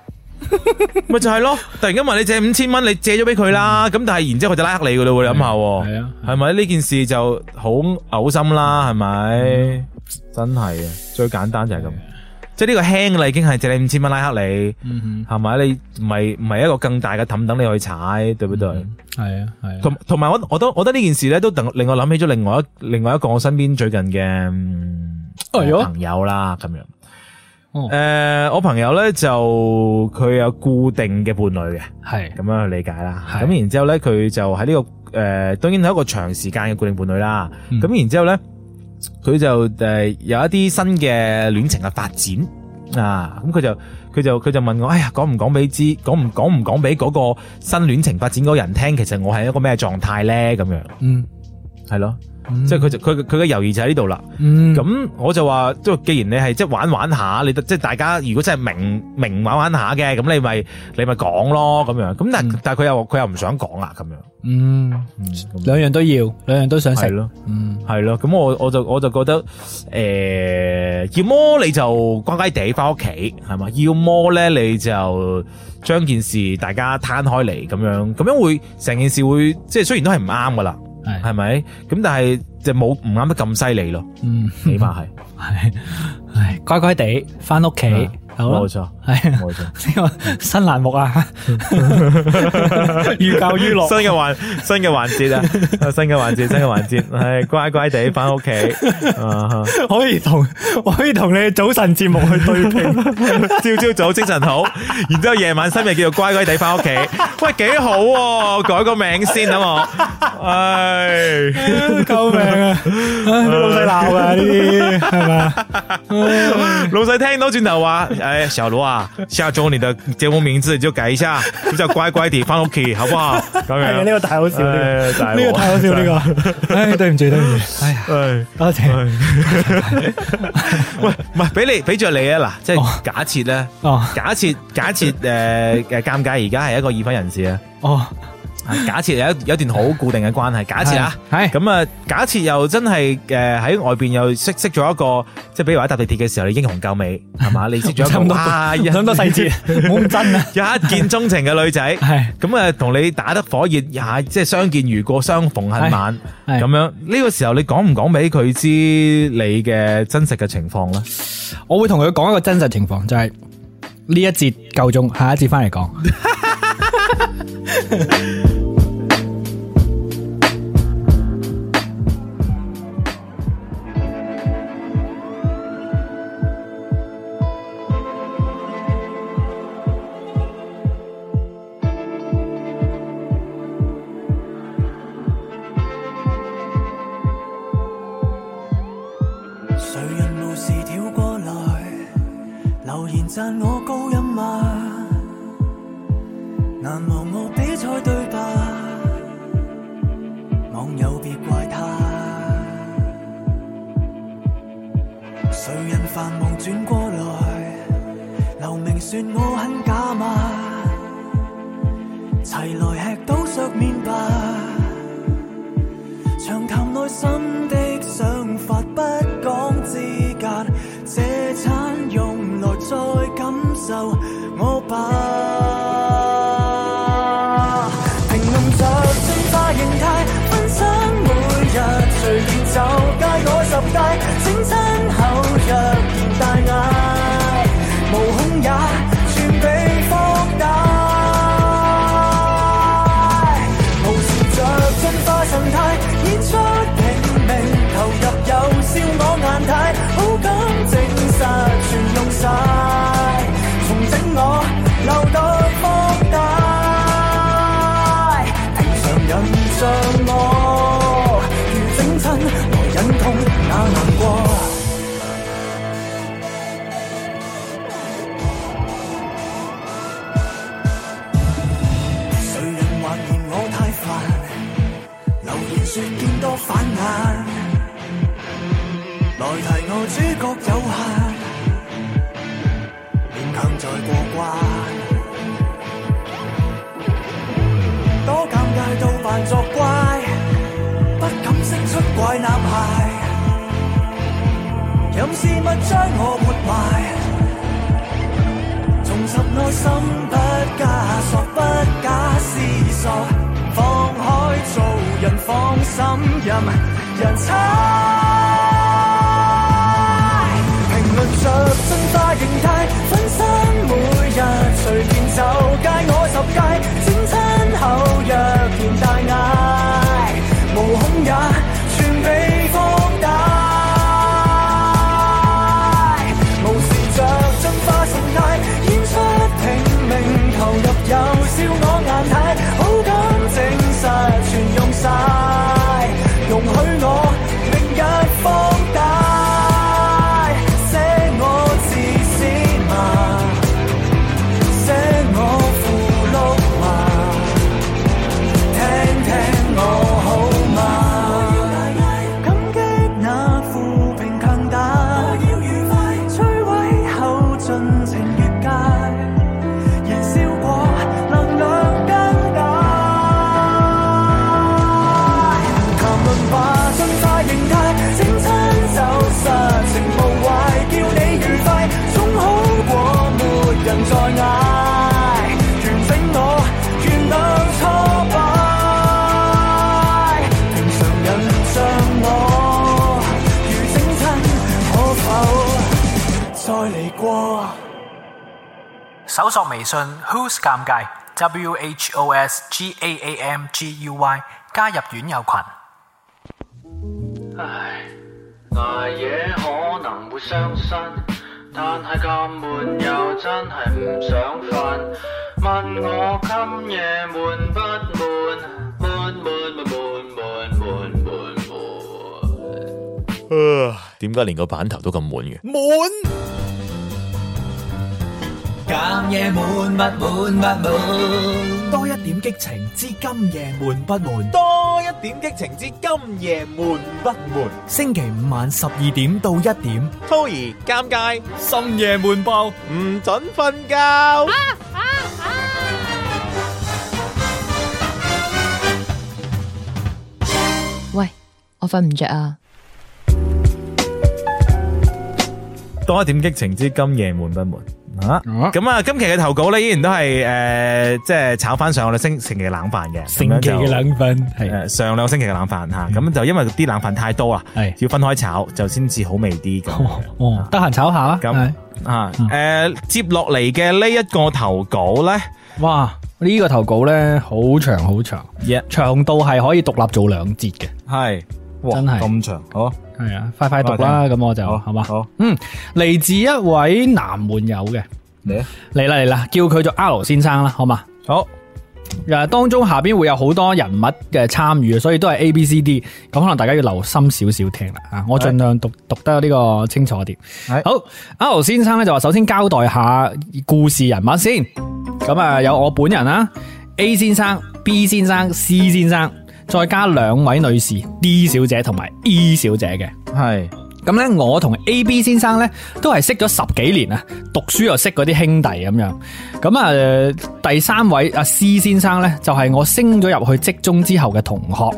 S7: 咪就係咯，突然間問你借五千蚊，你借咗俾佢啦，咁但係然之後佢就拉黑你噶咯，你諗下喎，
S2: 係啊
S7: 嗯係咪呢件事就好嘔心啦？係咪？真係啊，最簡單就係咁，即係呢個輕啦，已經係借你五千蚊拉黑你，係咪？你唔係唔係一個更大嘅氹等你去踩，對唔對？
S2: 系啊，系
S7: 同同埋我我都我覺得呢件事咧，都令令我諗起咗另外一另外一個我身邊最近嘅嗯
S2: 哎呦
S7: 朋友啦，咁樣。
S2: 哦
S7: 誒、我朋友咧就佢有固定嘅伴侶嘅，
S2: 系
S7: 咁樣去理解啦。
S2: 係
S7: 咁然之後咧，佢就喺呢、個誒、呃，當然係一個長時間嘅固定伴侶啦。
S2: 嗯
S7: 咁、然之後咧，佢就誒、呃有一啲新嘅戀情嘅發展啊。咁佢就佢就佢就問我，哎呀，講唔講俾知？講唔講唔講俾嗰個新戀情發展嗰個人聽？其實我係一個咩狀態咧？咁樣
S2: 嗯，
S7: 係咯，即係佢就佢佢嘅猶豫就喺呢度啦。
S2: 嗯
S7: 咁我就話，即係既然你係即係玩玩下，你即係大家如果真係明明玩玩下嘅，咁你咪你咪講咯咁樣。咁但係但係佢又佢又唔想講啦咁樣。
S2: 嗯，
S7: 嗯，
S2: 两样都要，兩樣都想
S7: 係
S2: 食，
S7: 咯
S2: 嗯，
S7: 係咯。咁我我就我就覺得誒，要麼你就乖乖地翻屋企係嘛，要麼咧你就將件事大家攤開嚟咁樣，咁樣會成件事會即係雖然都係唔啱噶啦。
S2: 係
S7: 係咪？咁但係就冇唔啱得咁犀利 咯，
S2: 嗯，
S7: 起碼係
S2: 唉乖乖地翻屋企，好啦
S7: 冇錯，
S2: 系啊，
S7: 冇錯。
S2: 呢个新栏目啊，寓教于乐，
S7: 新嘅環新嘅環 節啊，新嘅環節，新嘅環節，係乖乖地翻 屋企。啊哈
S2: 可以同可以同你早晨节目去对拼。
S7: 朝朝早精神好，然之后夜晚深夜叫做乖乖地翻屋企，喂幾好喎、改個名先等我，唉，
S2: 救命啊！唉老细闹啊呢啲系 嘛？
S7: 老細聽到轉頭話，唉，小羅啊，下周你的節目名字就改一下，就叫乖乖地翻屋企，好不好？咁
S2: 系啊，
S7: 樣
S2: 呢個太好笑，呢
S7: 唉大啊
S2: 個
S7: 鑊
S2: 呢個太好笑，呢個。唉，對唔住，對唔住，哎 呀，
S7: 唉
S2: 多謝。
S7: 喂，唔係俾你俾着你啊嗱，即
S2: 哦
S7: 係假設咧，
S2: 哦
S7: 假 設假設诶诶，尴尬而家係一個已婚人士啊。
S2: 哦，
S7: 假設有一有一段好固定嘅關係，假設啊，
S2: 係係
S7: 咁啊，假設又真係誒喺外邊又識識咗一個，即係比如話搭地鐵嘅時候，你英雄 救美係嘛？你識咗一
S2: 差唔
S7: 個
S2: 多
S7: 哇，一
S2: 咁多細節，冇咁真啊。
S7: 一見鐘情嘅女仔，
S2: 係
S7: 咁啊同你打得火熱，呀即係相見如故，相逢恨晚
S2: 係係
S7: 咁樣。呢個時候你講唔講俾佢知你嘅真實嘅情況咧？
S2: 我會同佢講一個真實情況，就係呢一節夠鐘，下一節翻嚟講。
S5: 谁人无事跳过来，留言赞我高音啊！难忘我比赛对白，网友别怪他。谁人繁忙转过来，留名说我很假嘛？齐来吃到削面吧。長談內心的想法，不講資格，這餐用來再感受我吧。評論着進化形態，分享每日隨便走街我十街，整親後若然大嗌，無恐也全被放大。無視着進化神態，演出拼命投入有笑我眼態，好感證實全用晒，重整我漏洞放大，平常人像我，如整親來忍痛那難過。誰人還嫌我太煩？留言說見多反眼，來提我主角有限，勉強再過關。多尷尬到扮作乖，不敢釋出怪男孩，任事物將我活埋。重拾內心，不加索，不假思索，放開做人，放心任人猜。評論着進化形態，分身每日隨便走街我十街，整親後若然大嗌，無恐也全被放大。無視着進化神態，演出拼命投入有笑我眼睇，好感證實全用晒，容許我明日放大，寫我自私嘛。寫我符碌
S2: 搜索微信 Who's 尷尬 W H O S G A A M G U Y 加入院友群。
S3: 唉，捱夜可能會傷身，但係咁悶又真係唔想瞓。問我今夜悶不悶？悶悶悶悶悶悶悶悶。
S4: 点解连个版头都咁满嘅？
S2: 今夜滿不滿不滿，多一點激情之今夜悶不悶？
S7: 多一点激情之今夜闷不闷？
S2: 星期五晚十二點到一點，
S8: 偷兒尷尬，
S2: 深夜悶爆。
S8: 唔准瞓覺。
S6: 喂，我瞓唔着啊！
S7: 多一点激情之今夜闷不闷？啊，
S2: 啊
S7: 咁啊，今期嘅投稿咧依然都系诶、呃即系炒翻上我哋星星期嘅冷饭嘅，
S2: 星期嘅冷粉
S7: 誒、
S2: 係
S7: 上兩個星期嘅冷飯嚇，咁、就因為啲冷飯太多啦，
S2: 係
S7: 要分開炒就先至好味啲咁。
S2: 哦，得閒炒下啊
S7: 咁
S2: 係
S7: 啊，誒、接落嚟嘅呢一個投稿咧，
S2: 哇！呢、個投稿咧好長好長，
S7: Yeah
S2: 長度係可以獨立做兩節嘅。
S7: 係哇
S2: 真係
S7: 咁長，好
S2: 係啊，快快讀啦，咁我就係嘛，
S7: 好
S2: 嗯，嚟自一位南門友嘅，
S7: 嚟啊
S2: 嚟啦嚟啦，叫佢做 R 先生啦，好嘛？
S7: 好
S2: 誒，當呃中下邊會有好多人物嘅參與，所以都係 A、B、C、D。咁可能大家要留心少少聽啦。啊，我盡量讀讀得呢個清楚啲。
S7: 係
S2: 好，阿劉先生咧就話，首先交代下故事人物先。咁啊，有我本人啦，A 先生、B 先生、C 先生，再加兩位女士 D 小姐同埋 E 小姐嘅。
S7: 係
S2: 咁咧，我同 A、B 先生咧都係識咗十幾年啊，讀書又識嗰啲兄弟咁樣。咁啊、呃第三位阿 C 先生咧，就係我升咗入去職中之後嘅同學。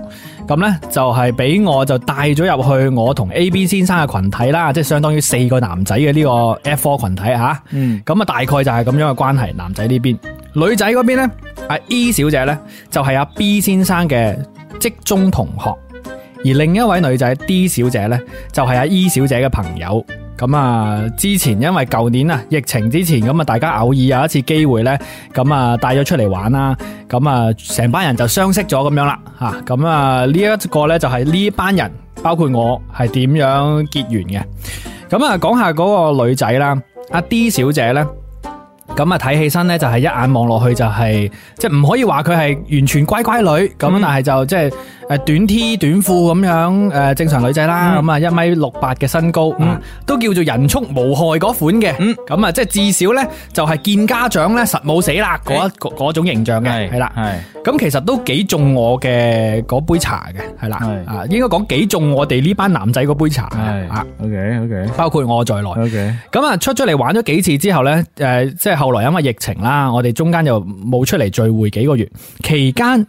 S2: 咁咧就係俾我就帶咗入去我同 A、B 先生嘅群體啦，即係相當於四個男仔嘅呢個 F 科群體吓。
S7: 嗯
S2: 咁啊，大概就係咁樣嘅關係。男仔呢邊，女仔嗰邊咧，阿 E 小姐咧就係阿 B 先生嘅職中同學。而另一位女仔 D 小姐呢，就係阿 E 小姐嘅朋友。咁啊，之前因為舊年啊疫情之前，咁啊大家偶爾有一次機會呢，咁啊帶咗出嚟玩啦，咁啊成班人就相識咗咁樣啦，吓咁啊呢一個呢，就係呢班人，包括我係點樣結緣嘅。咁啊講下嗰個女仔啦，阿 D 小姐呢。咁啊睇起身咧就係一眼望落去就係、即係唔可以話佢係完全乖乖女咁，但係就即係誒短 T 短褲咁樣誒、呃正常女仔啦，咁啊一米六八嘅身高，啊都叫做人畜無害嗰款嘅，咁啊即係至少咧就係、見家長咧實冇死啦嗰一嗰嗰種形象嘅，係啦。
S7: 係
S2: 咁其實都幾中我嘅嗰杯茶嘅，係啦，
S7: 係
S2: 啊應該講幾中我哋呢班男仔嗰杯茶嘅
S7: 係
S2: 啊，
S7: OK OK
S2: 包括我在內。
S7: OK
S2: 咁啊，出咗嚟玩咗幾次之後呢，誒、即係後來因為疫情啦，我哋中間又冇出嚟聚會幾個月，期間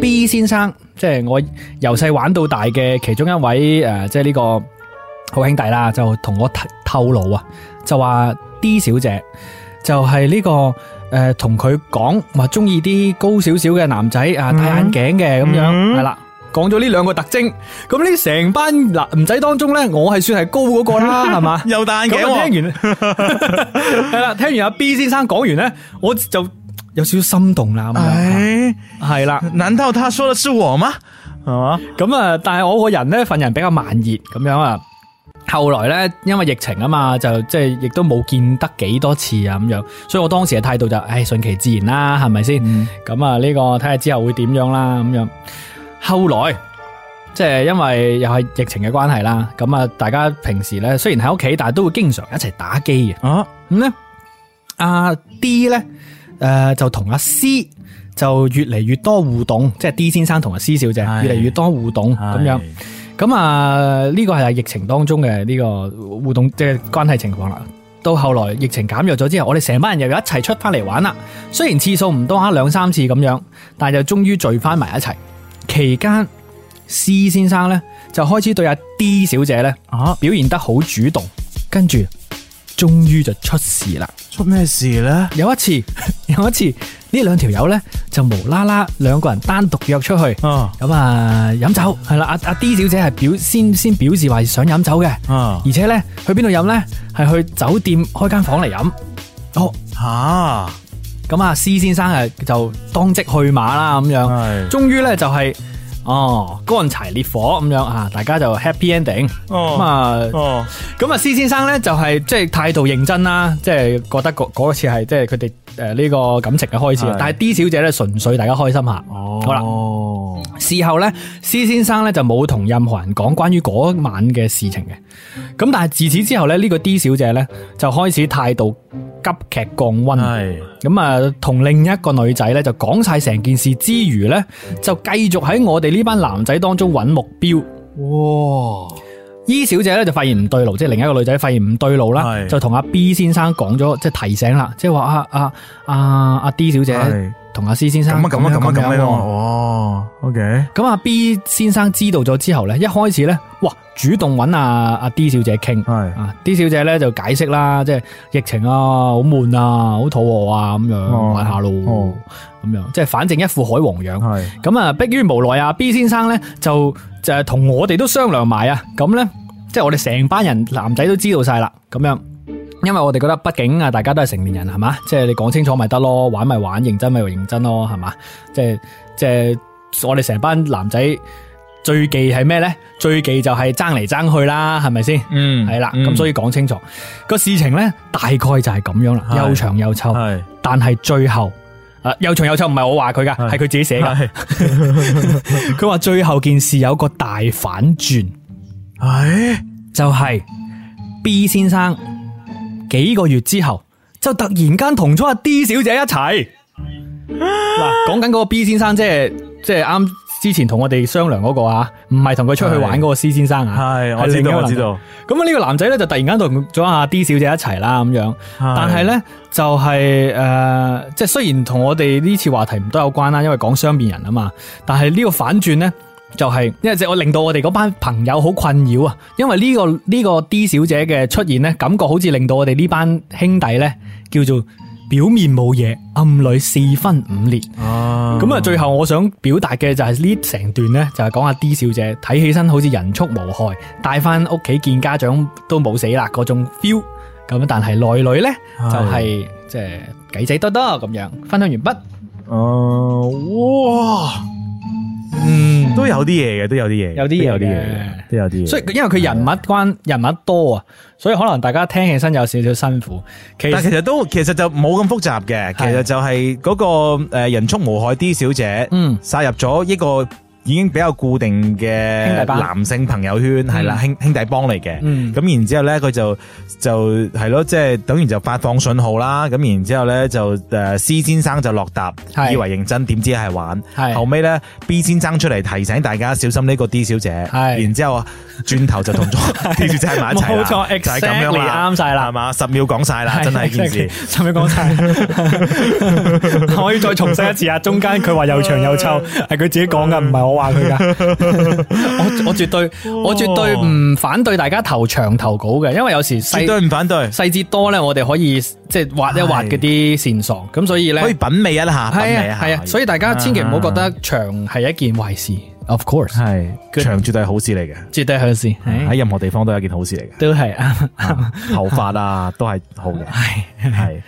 S2: B 先生，即係我由細玩到大嘅其中一位誒、即係呢個好兄弟啦，就同我透透露啊，就話 D 小姐就係呢、個。誒同佢講話中意啲高少少嘅男仔啊，戴眼鏡嘅咁樣，係啦、講咗呢兩個特徵，咁呢成班男仔當中呢，我係算係高嗰個啦，係嘛？
S7: 又戴眼
S2: 咁
S7: 鏡
S2: 我
S7: 喎，
S2: 聽完係啦，聽完阿 B 先生講完咧，我就有少少心動啦，咁樣
S7: 唉，
S2: 係啦，
S7: 難道他說的是我嗎？係嘛？
S2: 咁啊，但係我個人咧份人比較慢熱咁樣啊。後來咧，因為疫情啊嘛，就即係亦都冇見得幾多次啊咁樣，所以我當時嘅態度就，唉，順其自然啦，係咪先？咁啊、呢個睇下之後會點樣啦，咁樣。後來即係因為又係疫情嘅關係啦，咁啊，大家平時咧雖然喺屋企，但係都會經常一齊打機嘅。
S7: 啊
S2: 咁咧，阿 D 咧，诶、就同阿 C 就越嚟越多互動，即係 D 先生同阿 C 小姐
S7: 係
S2: 越嚟越多互動咁樣。咁啊，呢個係疫情當中嘅呢個互動即係關係情況啦。到後來疫情減弱咗之後，我哋成班人又一齊出翻嚟玩啦。雖然次數唔多啊，兩三次咁樣，但係就終於聚翻埋一齊。期間 C 先生呢，就開始對阿 D 小姐呢
S7: 啊
S2: 表現得好主動，跟住終於就出事啦。
S7: 出咩事咧？
S2: 有一次， 有一次呢兩條友呢，就無啦啦兩個人單獨約出去。
S7: 啊
S2: 咁啊，飲酒係啦，阿阿 D 小姐係表先先表示話想飲酒嘅，
S7: 啊
S2: 而且呢，去邊度飲呢？係去酒店開間房嚟飲。哦，
S7: 吓，
S2: 咁啊，C 先生啊就當即去馬啦咁樣。
S7: 係
S2: 終於咧就係、哦乾柴烈火咁樣啊，大家就 happy ending 咁
S7: 哦
S2: 啊，
S7: 哦
S2: 咁啊施先生咧就係即係態度認真啦，即係覺得嗰嗰次係即係佢哋誒呢個感情嘅開始
S7: 係，
S2: 但係 D 小姐咧純粹大家開心下。
S7: 哦，
S2: 好啦事後咧，施先生咧就冇同任何人講關於嗰晚嘅事情嘅。咁但係自此之後咧，呢、個 D 小姐咧就開始態度急劇降温。
S7: 係
S2: 咁啊，同另一個女仔咧就講晒成件事之餘咧，就繼續喺我哋呢班男仔當中揾目標。
S7: 哇，
S2: E 小姐咧就發現唔對路，即係另一個女仔發現唔對路啦，
S7: 係
S2: 就同阿 B 先生講咗，即係提醒啦，即係話啊啊啊阿 D 小姐
S7: 係
S2: 同阿 C 先
S7: 咁
S2: 生
S7: 啊咁啊咁啊
S2: 樣
S7: 咁
S2: 樣
S7: 樣
S2: 喎
S7: 哦，OK，
S2: 咁阿 B 先生知道咗之後咧，一開始咧，哇，主動揾阿阿啊 D 小姐傾。
S7: 係
S2: 啊！D 小姐咧就解釋啦，即係疫情啊，好悶啊，好肚餓啊，咁樣
S7: 哦
S2: 玩下咯，
S7: 哦
S2: 咁樣即係反正一副海王樣。
S7: 係
S2: 咁啊，迫於無奈啊，B 先生咧就就係同我哋都商量埋啊，咁咧即係我哋成班人男仔都知道晒啦，咁樣。因為我哋覺得，畢竟啊，大家都係成年人，係嘛？即係你講清楚咪得咯，玩咪玩，認真咪認真咯，係嘛？即係即係我哋成班男仔最忌係咩呢？最忌就係爭嚟爭去啦，係咪先？
S7: 嗯
S2: 係啦，咁所
S7: 以
S2: 以講清楚個事情呢，大概就係咁樣啦，
S7: 係
S2: 又長又臭，
S7: 係
S2: 但係最後。啊！又長又臭唔係我話佢噶，係佢自己寫 噶。
S7: 係
S2: 佢話最後件事有個大反轉，
S7: 係
S2: 就係、B 先生幾個月之後就突然間同咗阿 D 小姐一齊。嗱，講緊嗰個 B 先生，即係即係啱之前同我哋商量嗰、個啊，唔係同佢出去玩嗰個 C 先生啊。
S7: 係，
S2: 係
S7: 我知
S2: 另一個
S7: 道我
S2: 男
S7: 知道，
S2: 咁啊，呢個男仔咧就突然間同咗阿 D 小姐一齊啦，咁樣。但係咧就係、诶，即係雖然同我哋呢次話題唔多有關啦，因為講雙面人啊嘛，但係呢個反轉咧。就係、因為即係我令到我哋嗰班朋友好困擾啊，因為呢、個呢、個 D 小姐嘅出現呢，感覺好似令到我哋呢班兄弟呢，叫做表面冇嘢，暗裏四分五裂。
S7: 啊
S2: 咁啊，最後我想表達嘅就係呢成段呢，就係講阿 D 小姐睇起身好似人畜無害，帶翻屋企見家長都冇死啦嗰種 feel。咁啊但係內裏呢，
S7: 係
S2: 就係即係計仔多多咁樣。分享完畢，
S7: 哦，哇，
S2: 嗯，
S7: 都有啲嘢嘅，都有啲嘢嘅，
S2: 有啲嘢嘅
S7: 都有啲嘢嘅，都有啲嘢。
S2: 所以因為佢人物關人物多啊，所以可能大家聽起身有少少辛苦。其
S7: 但其
S2: 實
S7: 實都其實就冇咁複雜嘅，其實就係嗰個诶人畜無害 D 小姐，
S2: 嗯
S7: 殺入咗一個已經比較固定
S2: 兄弟
S7: 嘅
S2: 班
S7: 男性朋友圈，係啦兄兄弟幫嚟嘅，
S2: 嗯
S7: 咁然之後咧佢就就係咯，即係等於就發放信號啦，咁然之後咧就诶 C 先生就落答，
S2: 係
S7: 以為認真，點知係玩，
S2: 係
S7: 後尾咧 B 先生出嚟提醒大家小心呢個 D 小姐，
S2: 係
S7: 然之後啊轉頭就同 咗 D 小姐喺埋一齊啦，
S2: 冇錯
S7: 就係咁樣
S2: exactly，
S7: 啦，
S2: 啱晒啦
S7: 係嘛，十秒講
S2: 啊
S7: 晒啦，真係件事。
S2: 使唔使講晒？ 我要再重申一次啊！中間佢話又長又臭，係佢自己講噶，唔係我話佢噶。 我我絕對我絕對唔反對大家投長投稿嘅，因為有時
S7: 絕
S2: 細
S7: 對唔反對，
S2: 細節多咧，我哋可以即係挖一挖嗰啲線索，咁所以咧
S7: 可以品味一下，品
S2: 係
S7: 味一
S2: 啊
S7: 下。
S2: 係啊，所以大家千祈唔好覺
S7: 啊
S2: 得長係一件壞事，of course，
S7: 係長絕對係好事嚟嘅，
S2: 絕對係好事，係
S7: 喺任何地方都啊係一件好事嚟嘅。
S2: 都係啊啱。
S7: 頭髮啊，都係好嘅。係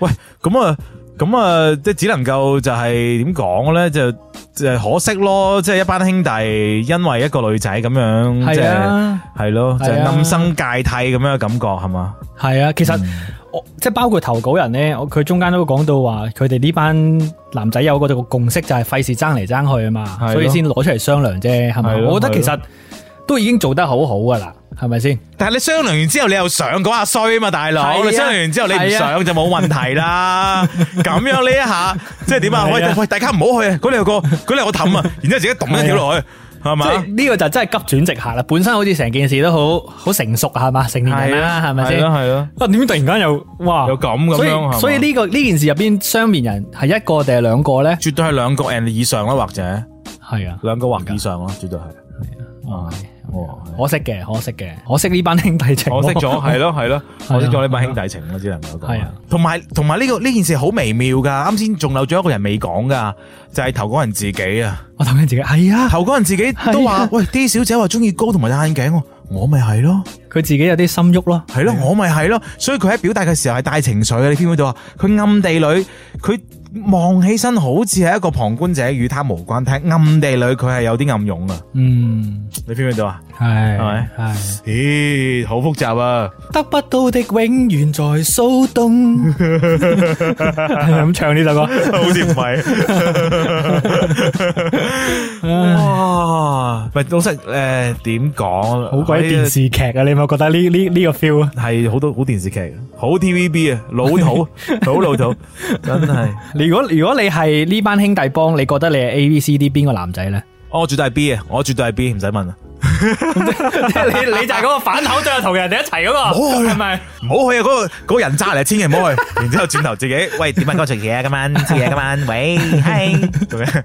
S7: 喂，咁啊，咁啊，即係只能夠就係點講咧，就就係可惜咯，即係一班兄弟因為一個女仔咁樣，即
S2: 係
S7: 係
S2: 啊。
S7: 係咯，就
S2: 係
S7: 係
S2: 啊
S7: 暗生芥蒂咁樣嘅感覺係嘛？
S2: 系啊，其實
S7: 嗯
S2: 我即系包括投稿人咧，我佢中間都講到話，佢哋呢班男仔有嗰個共識就係費事爭嚟爭去啊嘛，
S7: 咯
S2: 所以先攞出嚟商量啫，係咪？
S7: 係咯
S2: 我覺得其
S7: 係
S2: 實都已經做得好好噶啦，係咪先？
S7: 但係你商量完之後，你又上嗰下衰啊嘛，大
S2: 係
S7: 佬！
S2: 啊
S7: 你商量完之後，你唔上就冇問題 啦。咁樣呢一下，即係點啊？
S2: 係啊
S7: 喂喂，大家唔好去啊！嗰兩個，嗰兩個氹啊，然之後自己抌一條 落去，係
S2: 即
S7: 嘛？
S2: 係呢個就真係急轉直下啦。本身好似成件事都好好成熟啊係嘛，成年人啦，係咪先？啊，
S7: 係咯，
S2: 點解突然間又哇
S7: 又咁咁樣
S2: 所
S7: 啊係嘛
S2: 以所以呢個呢件事入邊雙面人係一個定係兩個咧？
S7: 絕對係兩個 and 以上啦，或者
S2: 係啊，
S7: 兩個或以上咯，絕對係。
S2: 哦係
S7: 哇
S2: 可惜嘅，可惜嘅，可惜呢班兄弟情咯。
S7: 我識 咗，系咯系咯，
S2: 係啊
S7: 我識咗呢班兄弟情咯，只能夠講。
S2: 係啊，
S7: 同埋同埋呢個呢件事好微妙噶，啱先仲漏咗一個人未講噶，就係投嗰人自己啊，
S2: 我諗緊自己係啊，
S7: 投嗰人自己都話喂，D 小姐話中意高同埋戴眼鏡喎，我咪係咯，
S2: 佢自己有啲心喐咯。
S7: 係咯，我咪係咯，所以佢喺表達嘅時候係帶情緒嘅，你 feel 唔 feel 到啊？佢暗地裏佢。望起身好似係一個旁觀者，與他無關，但係暗地裏佢係有啲暗湧啊！
S2: 嗯，
S7: 你 feel 唔 feel 到啊？
S2: 係
S7: 係咪
S2: 係
S7: 咦，好複雜啊！
S2: 得不到的永遠在騷動，係咪咁唱呢 首歌？
S7: 好似唔 系。哇！喂，老實诶，點講？
S2: 好鬼電視劇啊！你有冇覺得呢呢呢個 feel 啊？
S7: 係好多好電視劇，好 TVB 啊，老 土，好老土，真 係。
S2: 如果如果你係呢班兄弟幫，你覺得你係 A、B、C、D 邊個男仔咧？
S7: 我絕對係 B 啊，我絕對係 B，唔使問啊。
S2: 即係 你你就係嗰個反口最後同人哋一齊嗰 個，係咪？
S7: 唔好去啊！嗰個嗰個人渣嚟，千祈唔好去。然之後轉頭自己，喂，點啊？嗰食嘢啊，今晚食嘢今晚，喂， 嗨，咁樣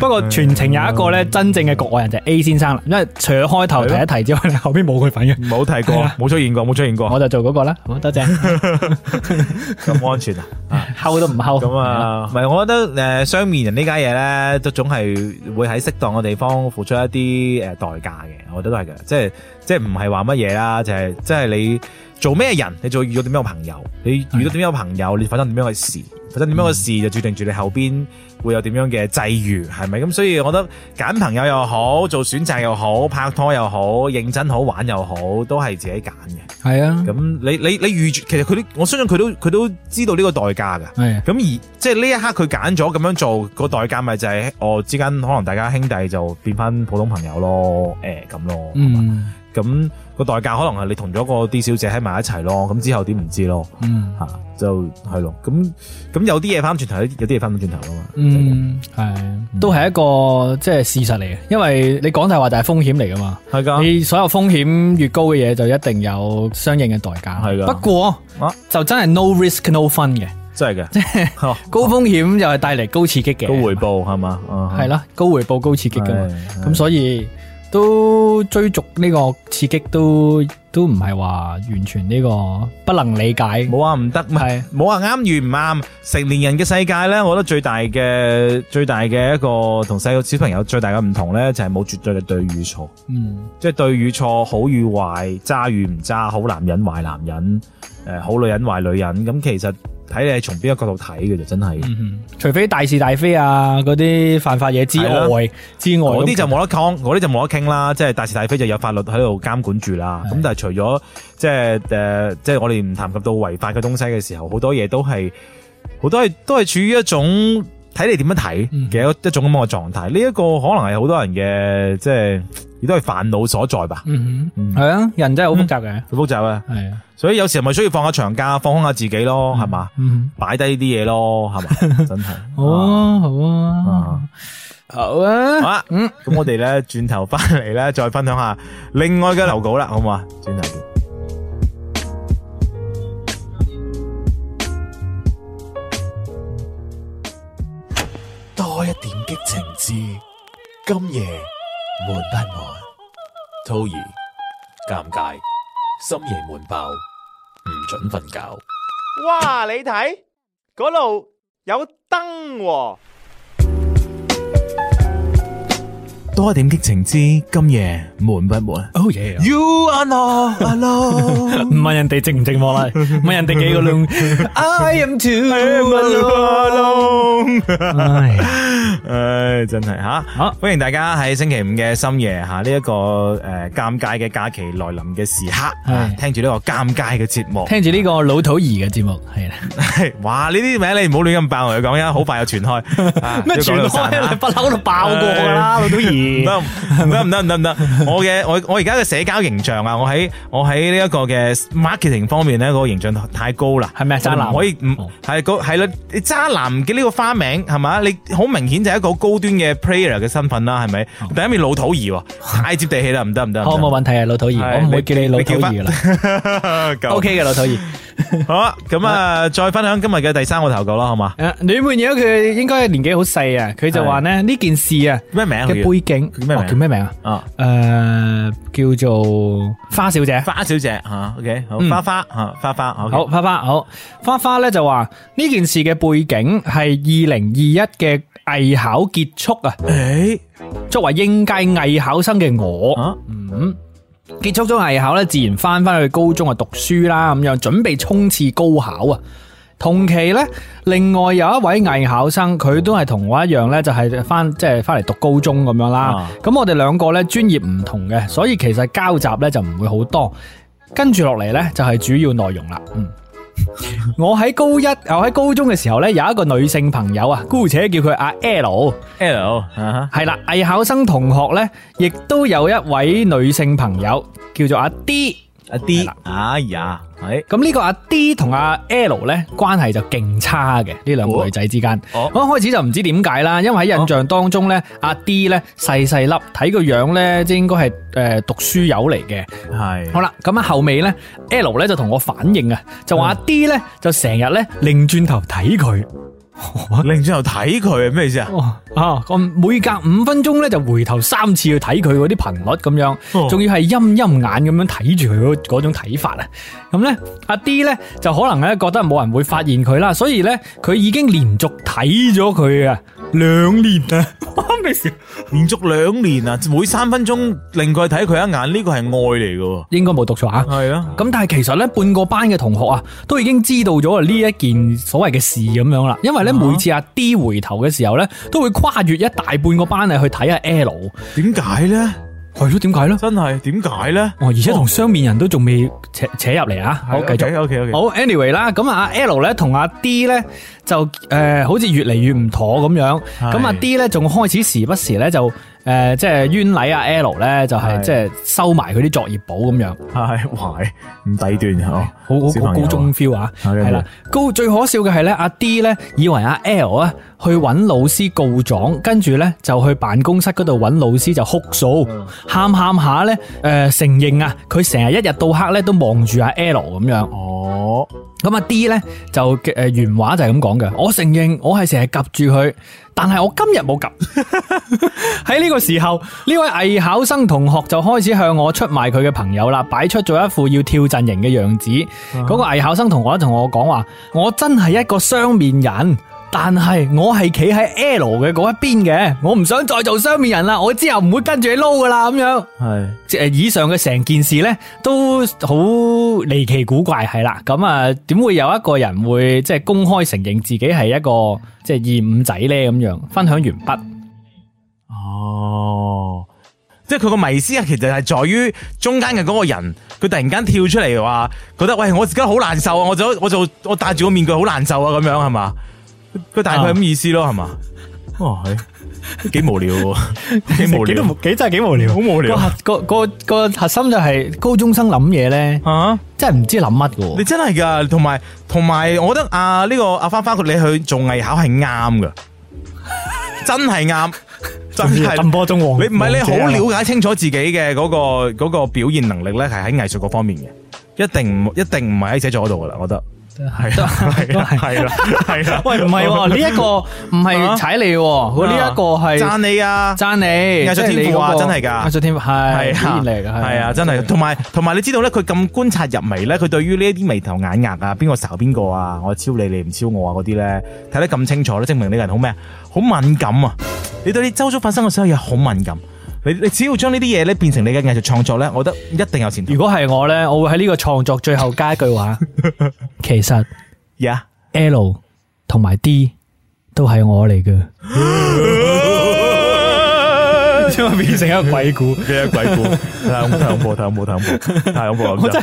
S2: 不過全程有一個咧真正嘅局外人就係 A 先生啦，因為除咗開頭提一提之外，你後邊冇佢份嘅，
S7: 冇提過，冇出現過，冇出現過
S2: 我，就做嗰個啦。好 多謝，
S7: 咁安全啊！
S2: 溝都唔溝。
S7: 咁，啊，唔係，我覺得诶，雙面人呢家嘢咧，都總係會喺適當嘅地方付出一啲呃诶代價嘅，我覺得都係嘅，即係即係唔係話乜嘢啦，就係即係你做咩人，你就會遇到點樣嘅朋友，你遇到點樣嘅朋友，你發生點樣嘅事，發生點樣嘅事就決定住你後邊會有點樣嘅際遇，係咪？咁所以我覺得揀朋友又好，做選擇又好，拍拖又好，認真好玩又好，都係自己揀嘅。
S2: 係啊，
S7: 咁你你你預住，其實佢都我相信佢都佢都知道呢個代價㗎。
S2: 係
S7: 咁而即係呢一刻佢揀咗咁樣做，個代價咪就係我之間可能大家兄弟就變翻普通朋友咯，誒、咁咯，
S2: 嗯
S7: 咁、個代價可能係你同咗個 D 小姐喺埋一齊咯，咁之後點唔知咯，
S2: 嗯
S7: 嚇、就係咯，咁咁有啲嘢翻轉頭，有啲嘢翻唔轉頭噶嘛，
S2: 嗯，係都係一個即係事實嚟嘅，因為你講大話就係風險嚟噶嘛。
S7: 係㗎，
S2: 你所有風險越高嘅嘢，就一定有相應嘅代價。
S7: 係㗎
S2: 不過
S7: 啊
S2: 就真係 no risk no fun 嘅，
S7: 真係嘅，即 係
S2: 高風險又係帶嚟高刺激嘅，
S7: 高回報係嘛，啊
S2: 係，啦，高回報高刺激噶嘛。
S7: 係
S2: 咁所以都追逐呢個刺激都都唔係話完全呢個不能理解。
S7: 冇話唔得嘛
S2: 係，
S7: 冇話啱與唔啱。成年人嘅世界咧，我覺得最大嘅最大嘅一個同細個小朋友最大嘅唔同咧，就係冇絕對嘅對與錯，
S2: 嗯
S7: 即係對與錯，好與壞，渣與唔渣，好男人壞男人，诶、好女人壞女人。咁其實睇你係從邊個角度睇嘅啫，真係。
S2: 嗯哼，除非大是大非啊嗰啲犯法嘢之
S7: 係
S2: 外之外，
S7: 嗰啲就哦冇得講，嗰啲就冇得傾啦。即係大是大非就有法律喺度監管住啦。咁但係除咗即係誒、呃即係我哋唔談及到違法嘅東西嘅時候，好多嘢都係好多係都係處於一種睇你點樣睇嘅一一種咁嘅狀態。呢、一個可能係好多人嘅即係亦都係煩惱所在吧。
S2: 嗯
S7: 嗯
S2: 哼，係啊，人真係好複雜嘅，
S7: 好複雜啊！
S2: 係啊，
S7: 所以有時咪需要放下長假，放空下自己咯，係嘛、
S2: 嗯
S7: 擺低呢啲嘢咯，係 嘛？真係
S2: 哼，好
S7: 哦
S2: 啊，好啊
S7: 啊，
S2: 好啊。
S7: 好啦，
S2: 嗯
S7: 咁我哋咧转头翻嚟咧，再分享下另外嘅投稿啦，好唔好啊？转头见。
S1: 多一點激情之今夜悶不悶？
S4: 兔兒尷尬，深夜悶爆，唔准瞓覺。
S8: 哇！你睇嗰度有燈喎、
S7: 多一點激情之今夜悶不悶
S2: 好嘢啊！
S7: ？You are not alone
S2: 唔問人哋寂唔寂寞啦，問人哋幾個窿。I am
S7: alone。
S2: too。
S7: 唉，真係吓，
S2: 好
S7: 歡迎大家喺星期五嘅深夜吓呢一個诶尴尬嘅假期來臨嘅時刻，啊
S2: 係
S7: 聽住呢個尷尬嘅節目。
S2: 聽住呢個老土兒嘅節目係啦，
S7: 哇！呢啲名你唔好亂咁爆，我哋講呀，好快就傳 開。啊要講到散 啊
S2: 不嬲都爆
S7: 過㗎啦
S2: 老土
S7: 唔
S2: 兒。
S7: 得唔得唔得唔得唔得！我嘅我我而家嘅社交形象啊，我喺我喺呢一個嘅 marketing 方面咧，嗰個形象太高啦，
S2: 係咪啊渣男
S7: 我唔可以唔
S2: 哦
S7: 係個係啦，你渣男嘅呢個花名係嘛？你好明顯就係一個高端嘅 player 嘅身份啦，係咪？第一面老土兒喎，太接地氣啦，唔得唔得！
S2: 好冇問題啊，老土兒，
S7: 係
S2: 我唔會叫你老
S7: 你
S2: 土
S7: 叫
S2: 兒噶啦。
S7: 翻
S2: O K 嘅老土兒，
S7: 好啦，咁啊，再分享今日嘅第三個投稿啦，好嘛？
S2: 诶，李焕友佢應該年紀好細啊，佢就話咧呢件事啊
S7: 咩名啊
S2: 嘅
S7: 佢
S2: 背景
S7: 叫咩名
S2: 哦叫咩名啊？
S7: 叫啊，
S2: 诶，叫做花小姐。
S7: 花小姐吓，OK，好，
S2: 嗯
S7: 花花吓，花花，OK，
S2: 好，花花好，花花咧就話呢件事嘅背景係二零二一嘅藝考結束啊。
S7: 誒，
S2: 作為應屆藝考生嘅我，
S7: 啊
S2: 嗯，結束咗藝考咧，自然翻翻去高中啊讀書啦，咁樣準備衝刺高考啊。同期呢，另外有一位藝考生，佢都係同我一樣呢，就係翻即係翻嚟讀高中咁樣啦
S7: 啊。
S2: 咁、我哋兩個呢，專業唔同嘅，所以其實交集呢就唔會好多。跟住落嚟呢，就係主要內容啦。嗯，我喺高一，我喺高中嘅時候呢，有一個女性朋友啊，姑且叫佢阿 L。
S7: L 啊
S2: 系啦，艺考生同學呢，亦都有一位女性朋友叫做阿 D。
S7: 阿 D，
S2: 係啦
S7: 哎呀，係，
S2: 咁呢個阿 D 同阿 L 呢關係就勁差嘅，呢兩個女仔之間。
S7: 哦
S2: 我一開始就唔知點解啦，因為喺印象當中呢，阿 D 呢細細粒，睇個樣呢，即係應該係诶读书友嚟嘅。
S7: 係，
S2: 好啦，咁啊後尾呢 l 呢就同我反映啊，就話阿 D 呢就成日呢擰轉頭睇佢。
S7: 擰轉頭睇佢咩意思啊？
S2: 哦啊，咁每隔五分鐘咧就回頭三次去睇佢嗰啲頻率咁樣，
S7: 哦
S2: 仲要係陰陰眼咁樣睇住佢嗰嗰種睇法啊。咁咧，阿 D 咧就可能咧覺得冇人會發現佢啦，所以咧佢已經連續睇咗佢啊兩年 啊，哇咩事？
S7: 連續兩年啊，每三分鐘令佢睇佢一眼，呢個係愛嚟嘅喎。
S2: 應該冇讀錯啊。
S7: 係啊，
S2: 咁但係其實咧，半個班嘅同學啊，都已經知道咗呢一件所謂嘅事咁樣啦。因為咧，每次阿 D 回頭嘅時候咧，都會跨越一大半個班啊去睇阿 L。
S7: 點解咧？
S2: 係咯，點解咧？
S7: 真係點解咧？
S2: 哦，而且同雙面人都仲未扯
S7: 哦
S2: 扯入嚟啊！好，繼續。
S7: ，OK，OK，OK，
S2: 好，anyway 啦，咁啊阿 L 咧同阿 D 咧就诶、呃好似越嚟越唔妥咁樣。
S7: 係
S2: 咁阿 D 咧仲開始時不時咧就诶、呃即係冤禮阿 L 咧，就係
S7: 係
S2: 即係收埋佢啲作業簿咁樣，
S7: 係，哇，係唔低端啊！
S2: 好好
S7: 小
S2: 好
S7: 朋友
S2: 高
S7: 啊
S2: 中 feel 啊，
S7: 係跟住
S2: 係啦。高最可笑嘅係咧，阿 D 咧以為阿 L 啊去揾老師告狀，跟住咧就去辦公室嗰度揾老師就哭訴，喊喊下咧诶承認啊，佢成日一日到黑咧都望住阿 L 咁樣。
S7: 哦，
S2: 咁啊 D 呢，就誒、呃原話就係咁講嘅，我承認我係成日及住佢，但係我今日冇及。喺呢個時候，呢位藝考生同學就開始向我出賣佢嘅朋友啦，擺出咗一副要跳陣營嘅樣子。嗰、個藝考生同學同我講話，我真係一個雙面人。但係我係企喺 L 嘅嗰一邊嘅，我唔想再做雙面人啦，我之後唔會跟住你撈噶啦咁樣。
S7: 係。
S2: 即係以上嘅成件事呢，都好離奇古怪，係啦。咁啊，點會有一個人會即係公開承認自己係一個即係二五仔呢？咁樣分享完畢，
S7: 哦，即系佢個迷思啊，其實係在於中間嘅嗰個人，佢突然間跳出嚟話，覺得喂我而家好難受啊，我就我就我戴住個面具好難受啊，咁樣係嘛？佢大概係咁意思咯，係嘛？哦，係幾無聊喎，幾無聊
S2: 無幾真係幾無聊，好
S7: 無聊
S2: 個個個個核心就係高中生諗嘢呢，
S7: 啊！
S2: 真係唔知諗乜嘅
S7: 你
S2: 喎。
S7: 真係噶，同埋同埋，我覺得啊呢、個阿花花佢你去做藝考係啱噶，真係啱，真係
S2: 波中王
S7: 你唔係你
S2: 啊
S7: 好了解清楚自己嘅嗰、個嗰個表現能力咧，係喺藝術嗰方面嘅，一定唔一定唔係喺寫作嗰度噶啦，我覺得係啊係
S2: 都
S7: 啊
S2: 係
S7: 係啦係啦，
S2: 喂，唔係喎，呢一個唔係踩你喎，我呢一個係
S7: 啊讚你啊！
S2: 讚你藝
S7: 藝術天賦啊真係㗎
S2: 藝術天賦係
S7: 係啊，
S2: 表現嚟㗎，
S7: 係啊，真係，同埋同埋，你知道咧，佢咁觀察入微咧，佢對於呢一啲眉頭眼額啊，邊個睄邊個啊，我超你，你唔超我啊嗰啲咧，睇得咁清楚咧，證明你個人好咩啊，好敏感啊！你對你周遭發生嘅所有嘢好敏感，你你只要將呢啲嘢咧變成你嘅藝術創作咧，我覺得一定有前途
S2: 如。果係我呢，我會喺呢個創作最後加一句 話：其實
S7: Yeah
S2: L 同埋 D 都係我 嚟嘅。 將佢變成一個鬼故，
S7: 咩鬼故？ 太恐怖，太恐怖，太恐怖，太恐怖！啊我真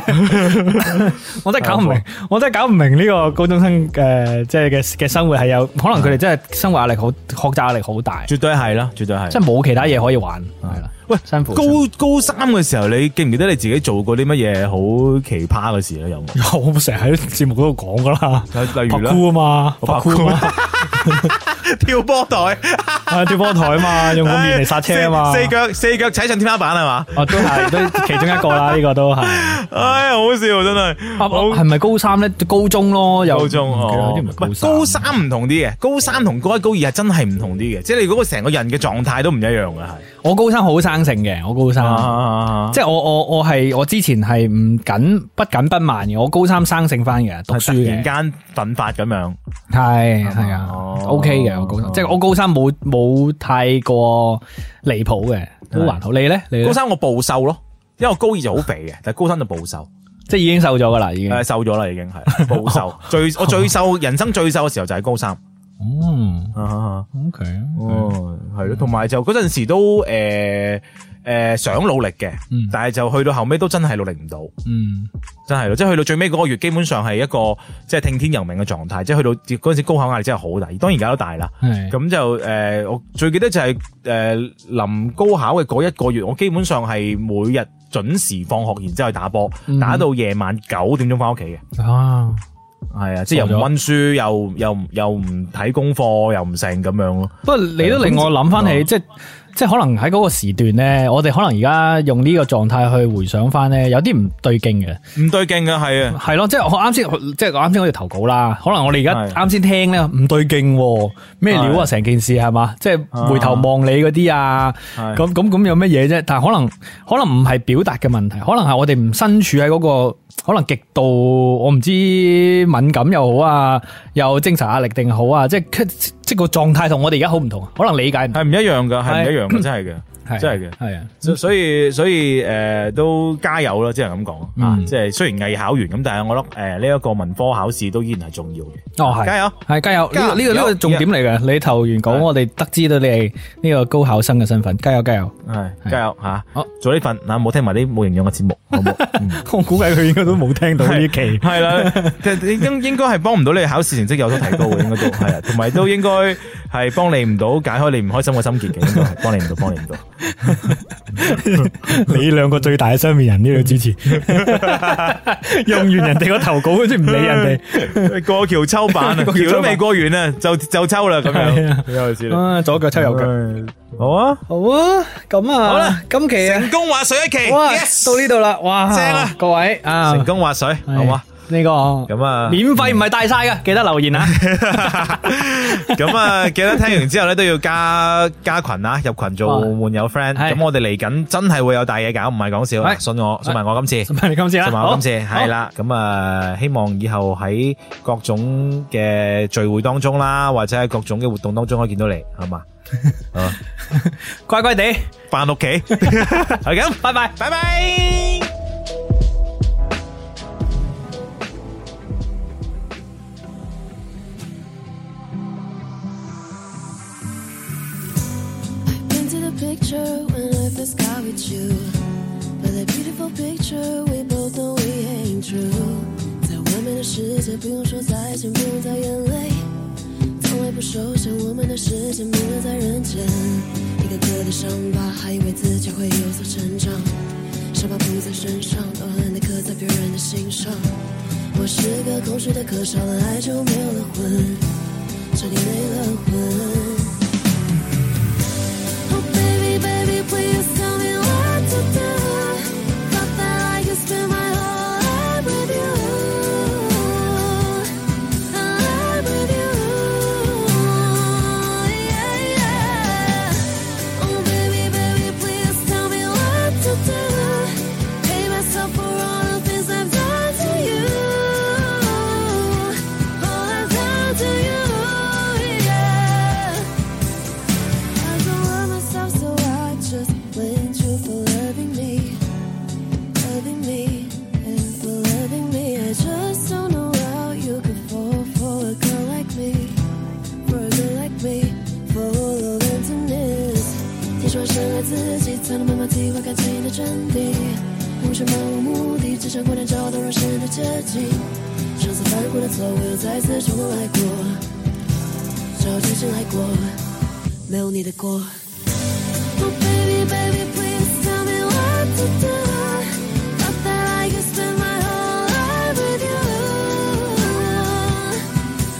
S2: 我真係搞唔
S7: 啊
S2: 明，我真係搞唔明呢個高中生嘅即係嘅嘅生活係有可能佢哋真係生活壓力好，學習壓力好大，
S7: 絕對係啦，絕對係。
S2: 即係冇其他嘢可以玩，係啦，
S7: 喂，
S2: 辛苦
S7: 高高三嘅時候，你記唔記得你自己做過啲乜嘢好奇葩嘅事咧？有 冇？
S2: 我成日喺節目嗰度講噶啦，
S7: 例例
S2: 拍
S7: 如咧，
S2: 箍啊嘛，
S7: 我拍箍
S2: 啊嘛，
S7: 跳波台，
S2: 啊跳波台 啊嘛，用個面嚟剎車啊嘛，
S7: 四四腳四腳踩上天花板係嘛？
S2: 哦都係都其中一個啦，呢個都 係。啊
S7: 唉，好笑真係。好
S2: 係咪高三咧？高中咯，嗯有
S7: 高中哦，
S2: 唔記得咗唔係
S7: 唔
S2: 高
S7: 係
S2: 三
S7: 高三唔同啲嘅，高三同高一高二係真係唔同啲嘅，即係你嗰個成個人嘅狀態都唔一樣嘅，係
S2: 我高三好生性嘅，我高三。
S7: 啊，
S2: 即系我我我系我之前系唔紧不紧不慢嘅，我高三生性翻嘅，读
S7: 係
S2: 书
S7: 突
S2: 嘅
S7: 然，間奮發咁樣。
S2: 系系啊
S7: 哦
S2: ，OK 嘅，我高
S7: 哦
S2: 三，即系我高三冇冇太过离谱嘅，都还好。你咧，你呢
S7: 高三我暴瘦咯，因為我高二就好肥嘅，但係高三就暴瘦，
S2: 即系已经瘦咗噶啦，已经
S7: 誒。瘦咗啦已經係暴 瘦，最我最瘦人生最瘦嘅時候就係高三。
S2: 嗯
S7: 啊
S2: ，OK，
S7: 哦，系咯，同埋就嗰陣時都诶诶想努力嘅，
S2: 嗯
S7: 但係就去到後尾都真係努力唔到，
S2: 嗯，
S7: 真係咯，即係去到最尾嗰個月，基本上係一個即係聽天由命嘅狀態，即係去到嗰陣時高考壓力真係好大，當然而家都大啦。
S2: 系
S7: 咁就诶、呃我最記得就係诶临高考嘅嗰一個月，我基本上係每日準時放學，然之后去打波，
S2: 嗯
S7: 打到夜晚九點鐘翻屋企嘅。
S2: 啊，
S7: 係啊，即係又
S2: 傻咗
S7: 唔温書，又又又唔睇功課，又唔成咁樣咯。
S2: 不過你都令我諗翻
S7: 啊
S2: 起，即係即係可能喺嗰個時段咧，我哋可能而家用呢個狀態去回想翻咧，有啲唔對勁嘅，
S7: 唔對勁嘅係啊，
S2: 係咯，即係我啱先，即係我啱先我哋投稿啦，可能我哋而
S7: 係
S2: 家啱先聽咧唔對勁喎，咩料啊？成件事係嘛？即係
S7: 啊
S2: 回頭望你嗰啲啊，
S7: 係
S2: 咁咁咁有乜嘢啫？但係可能可能唔係表達嘅問題，可能係我哋唔身處喺嗰、個。可能極度我唔知敏感又好啊，又精神壓力定好啊，即係即即個狀態同我哋而家好唔同，啊可能理解唔
S7: 係唔一樣㗎，係唔一樣 嘅，真係嘅。
S2: 係
S7: 真係嘅
S2: 係啊，
S7: 所所以所以誒、呃都加油啦，只能咁講、
S2: 嗯
S7: 啊！即係雖然藝考完咁，但係我覺得誒呢一個文科考試都依然係重要嘅。
S2: 哦係，
S7: 加油！
S2: 係加油！呢個
S7: 加
S2: 呢個呢
S7: 油
S2: 個重點嚟嘅，你投完稿，
S7: 係
S2: 我哋得知到你係呢個高考生嘅身份，加油加油！
S7: 係
S2: 係
S7: 加油嚇
S2: 好！
S7: 做呢份嗱，冇聽埋啲 冇營養嘅節目，好冇？嗯
S2: 我估計佢應該都冇聽到呢期。
S7: 係啦，即係應應該係幫唔到你考試成績有所提高嘅，應該都係啊，同埋都應該係幫你唔到解開你唔開心嘅心結嘅，應該係幫你唔到，幫你唔到。
S2: 你兩個最大嘅雙面人呢度 主持，用完人哋個投稿，跟住唔理人
S7: 過橋抽板啊，橋
S2: 過橋抽板
S7: 都未過完啊，就就抽啦咁
S2: 係
S7: 樣
S2: 啊，
S7: 你開始
S2: 哋。
S7: 啦。
S2: 啊，左腳抽右腳。
S7: 好啊，
S2: 好啊，咁啊，好啦，今期啊，
S7: 成功滑水一期
S2: 哇，
S7: ，yes，
S2: 到呢度啦，哇，
S7: 正啊
S2: 各位啊，
S7: 成功滑水，好嘛？
S2: 呢個
S7: 咁啊
S2: 免費唔係帶晒嘅，記得 留言啊。
S7: 咁啊，記得聽完之後咧都要加加群啊，入群做換友 friend。
S2: 係
S7: 咁我哋嚟緊真係會有大嘢搞，唔係講笑啊，
S2: 係
S7: 信我，信埋我今次。
S2: 咁啊，你今次啦，
S7: 同埋我今次
S2: 好
S7: 係，啦，咁啊，希望以後喺各種嘅聚會當中啦，或者喺各種嘅活動當中，可以見到你，係嘛？啊，
S2: 好乖乖地，
S7: 翻屋企係咁，
S2: 拜拜。
S7: 拜拜。
S9: Painted a picture when I first got with you. But a beautiful picture we both know we ain't true. 在完美的世界，不用说再见，不用再眼泪。从来不收拾我们的世界，迷留在人间。一个个的伤疤，还以为自己会有所成长。伤疤不在身上，短短的刻在别人的心上。我是个空虚的壳，少了爱就没有了魂，彻底没了魂。Oh baby, baby, please tell me what to do. Thought that I could spend my whole life with you, life with you. Yeah, yeah. Oh baby, baby, please tell me what to do. Pay myself for all the things I've done to you, all I've done to you, yeah. I don't love myself, so I just blame you for loving me, loving me, and for loving me. I just don't know how you could fall for a girl like me, for a girl like me, for all of emptiness. 听说深爱自己才能慢慢体会感情的真谛，无需漫无目的，只想快点找到人生的捷径。上次犯过的错我又再次重来过，着急进来过。没有你的锅。Oh baby, baby, please tell me what to do. Thought that I could spend my whole life with you,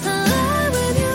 S9: life with you.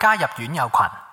S2: 加入院友群。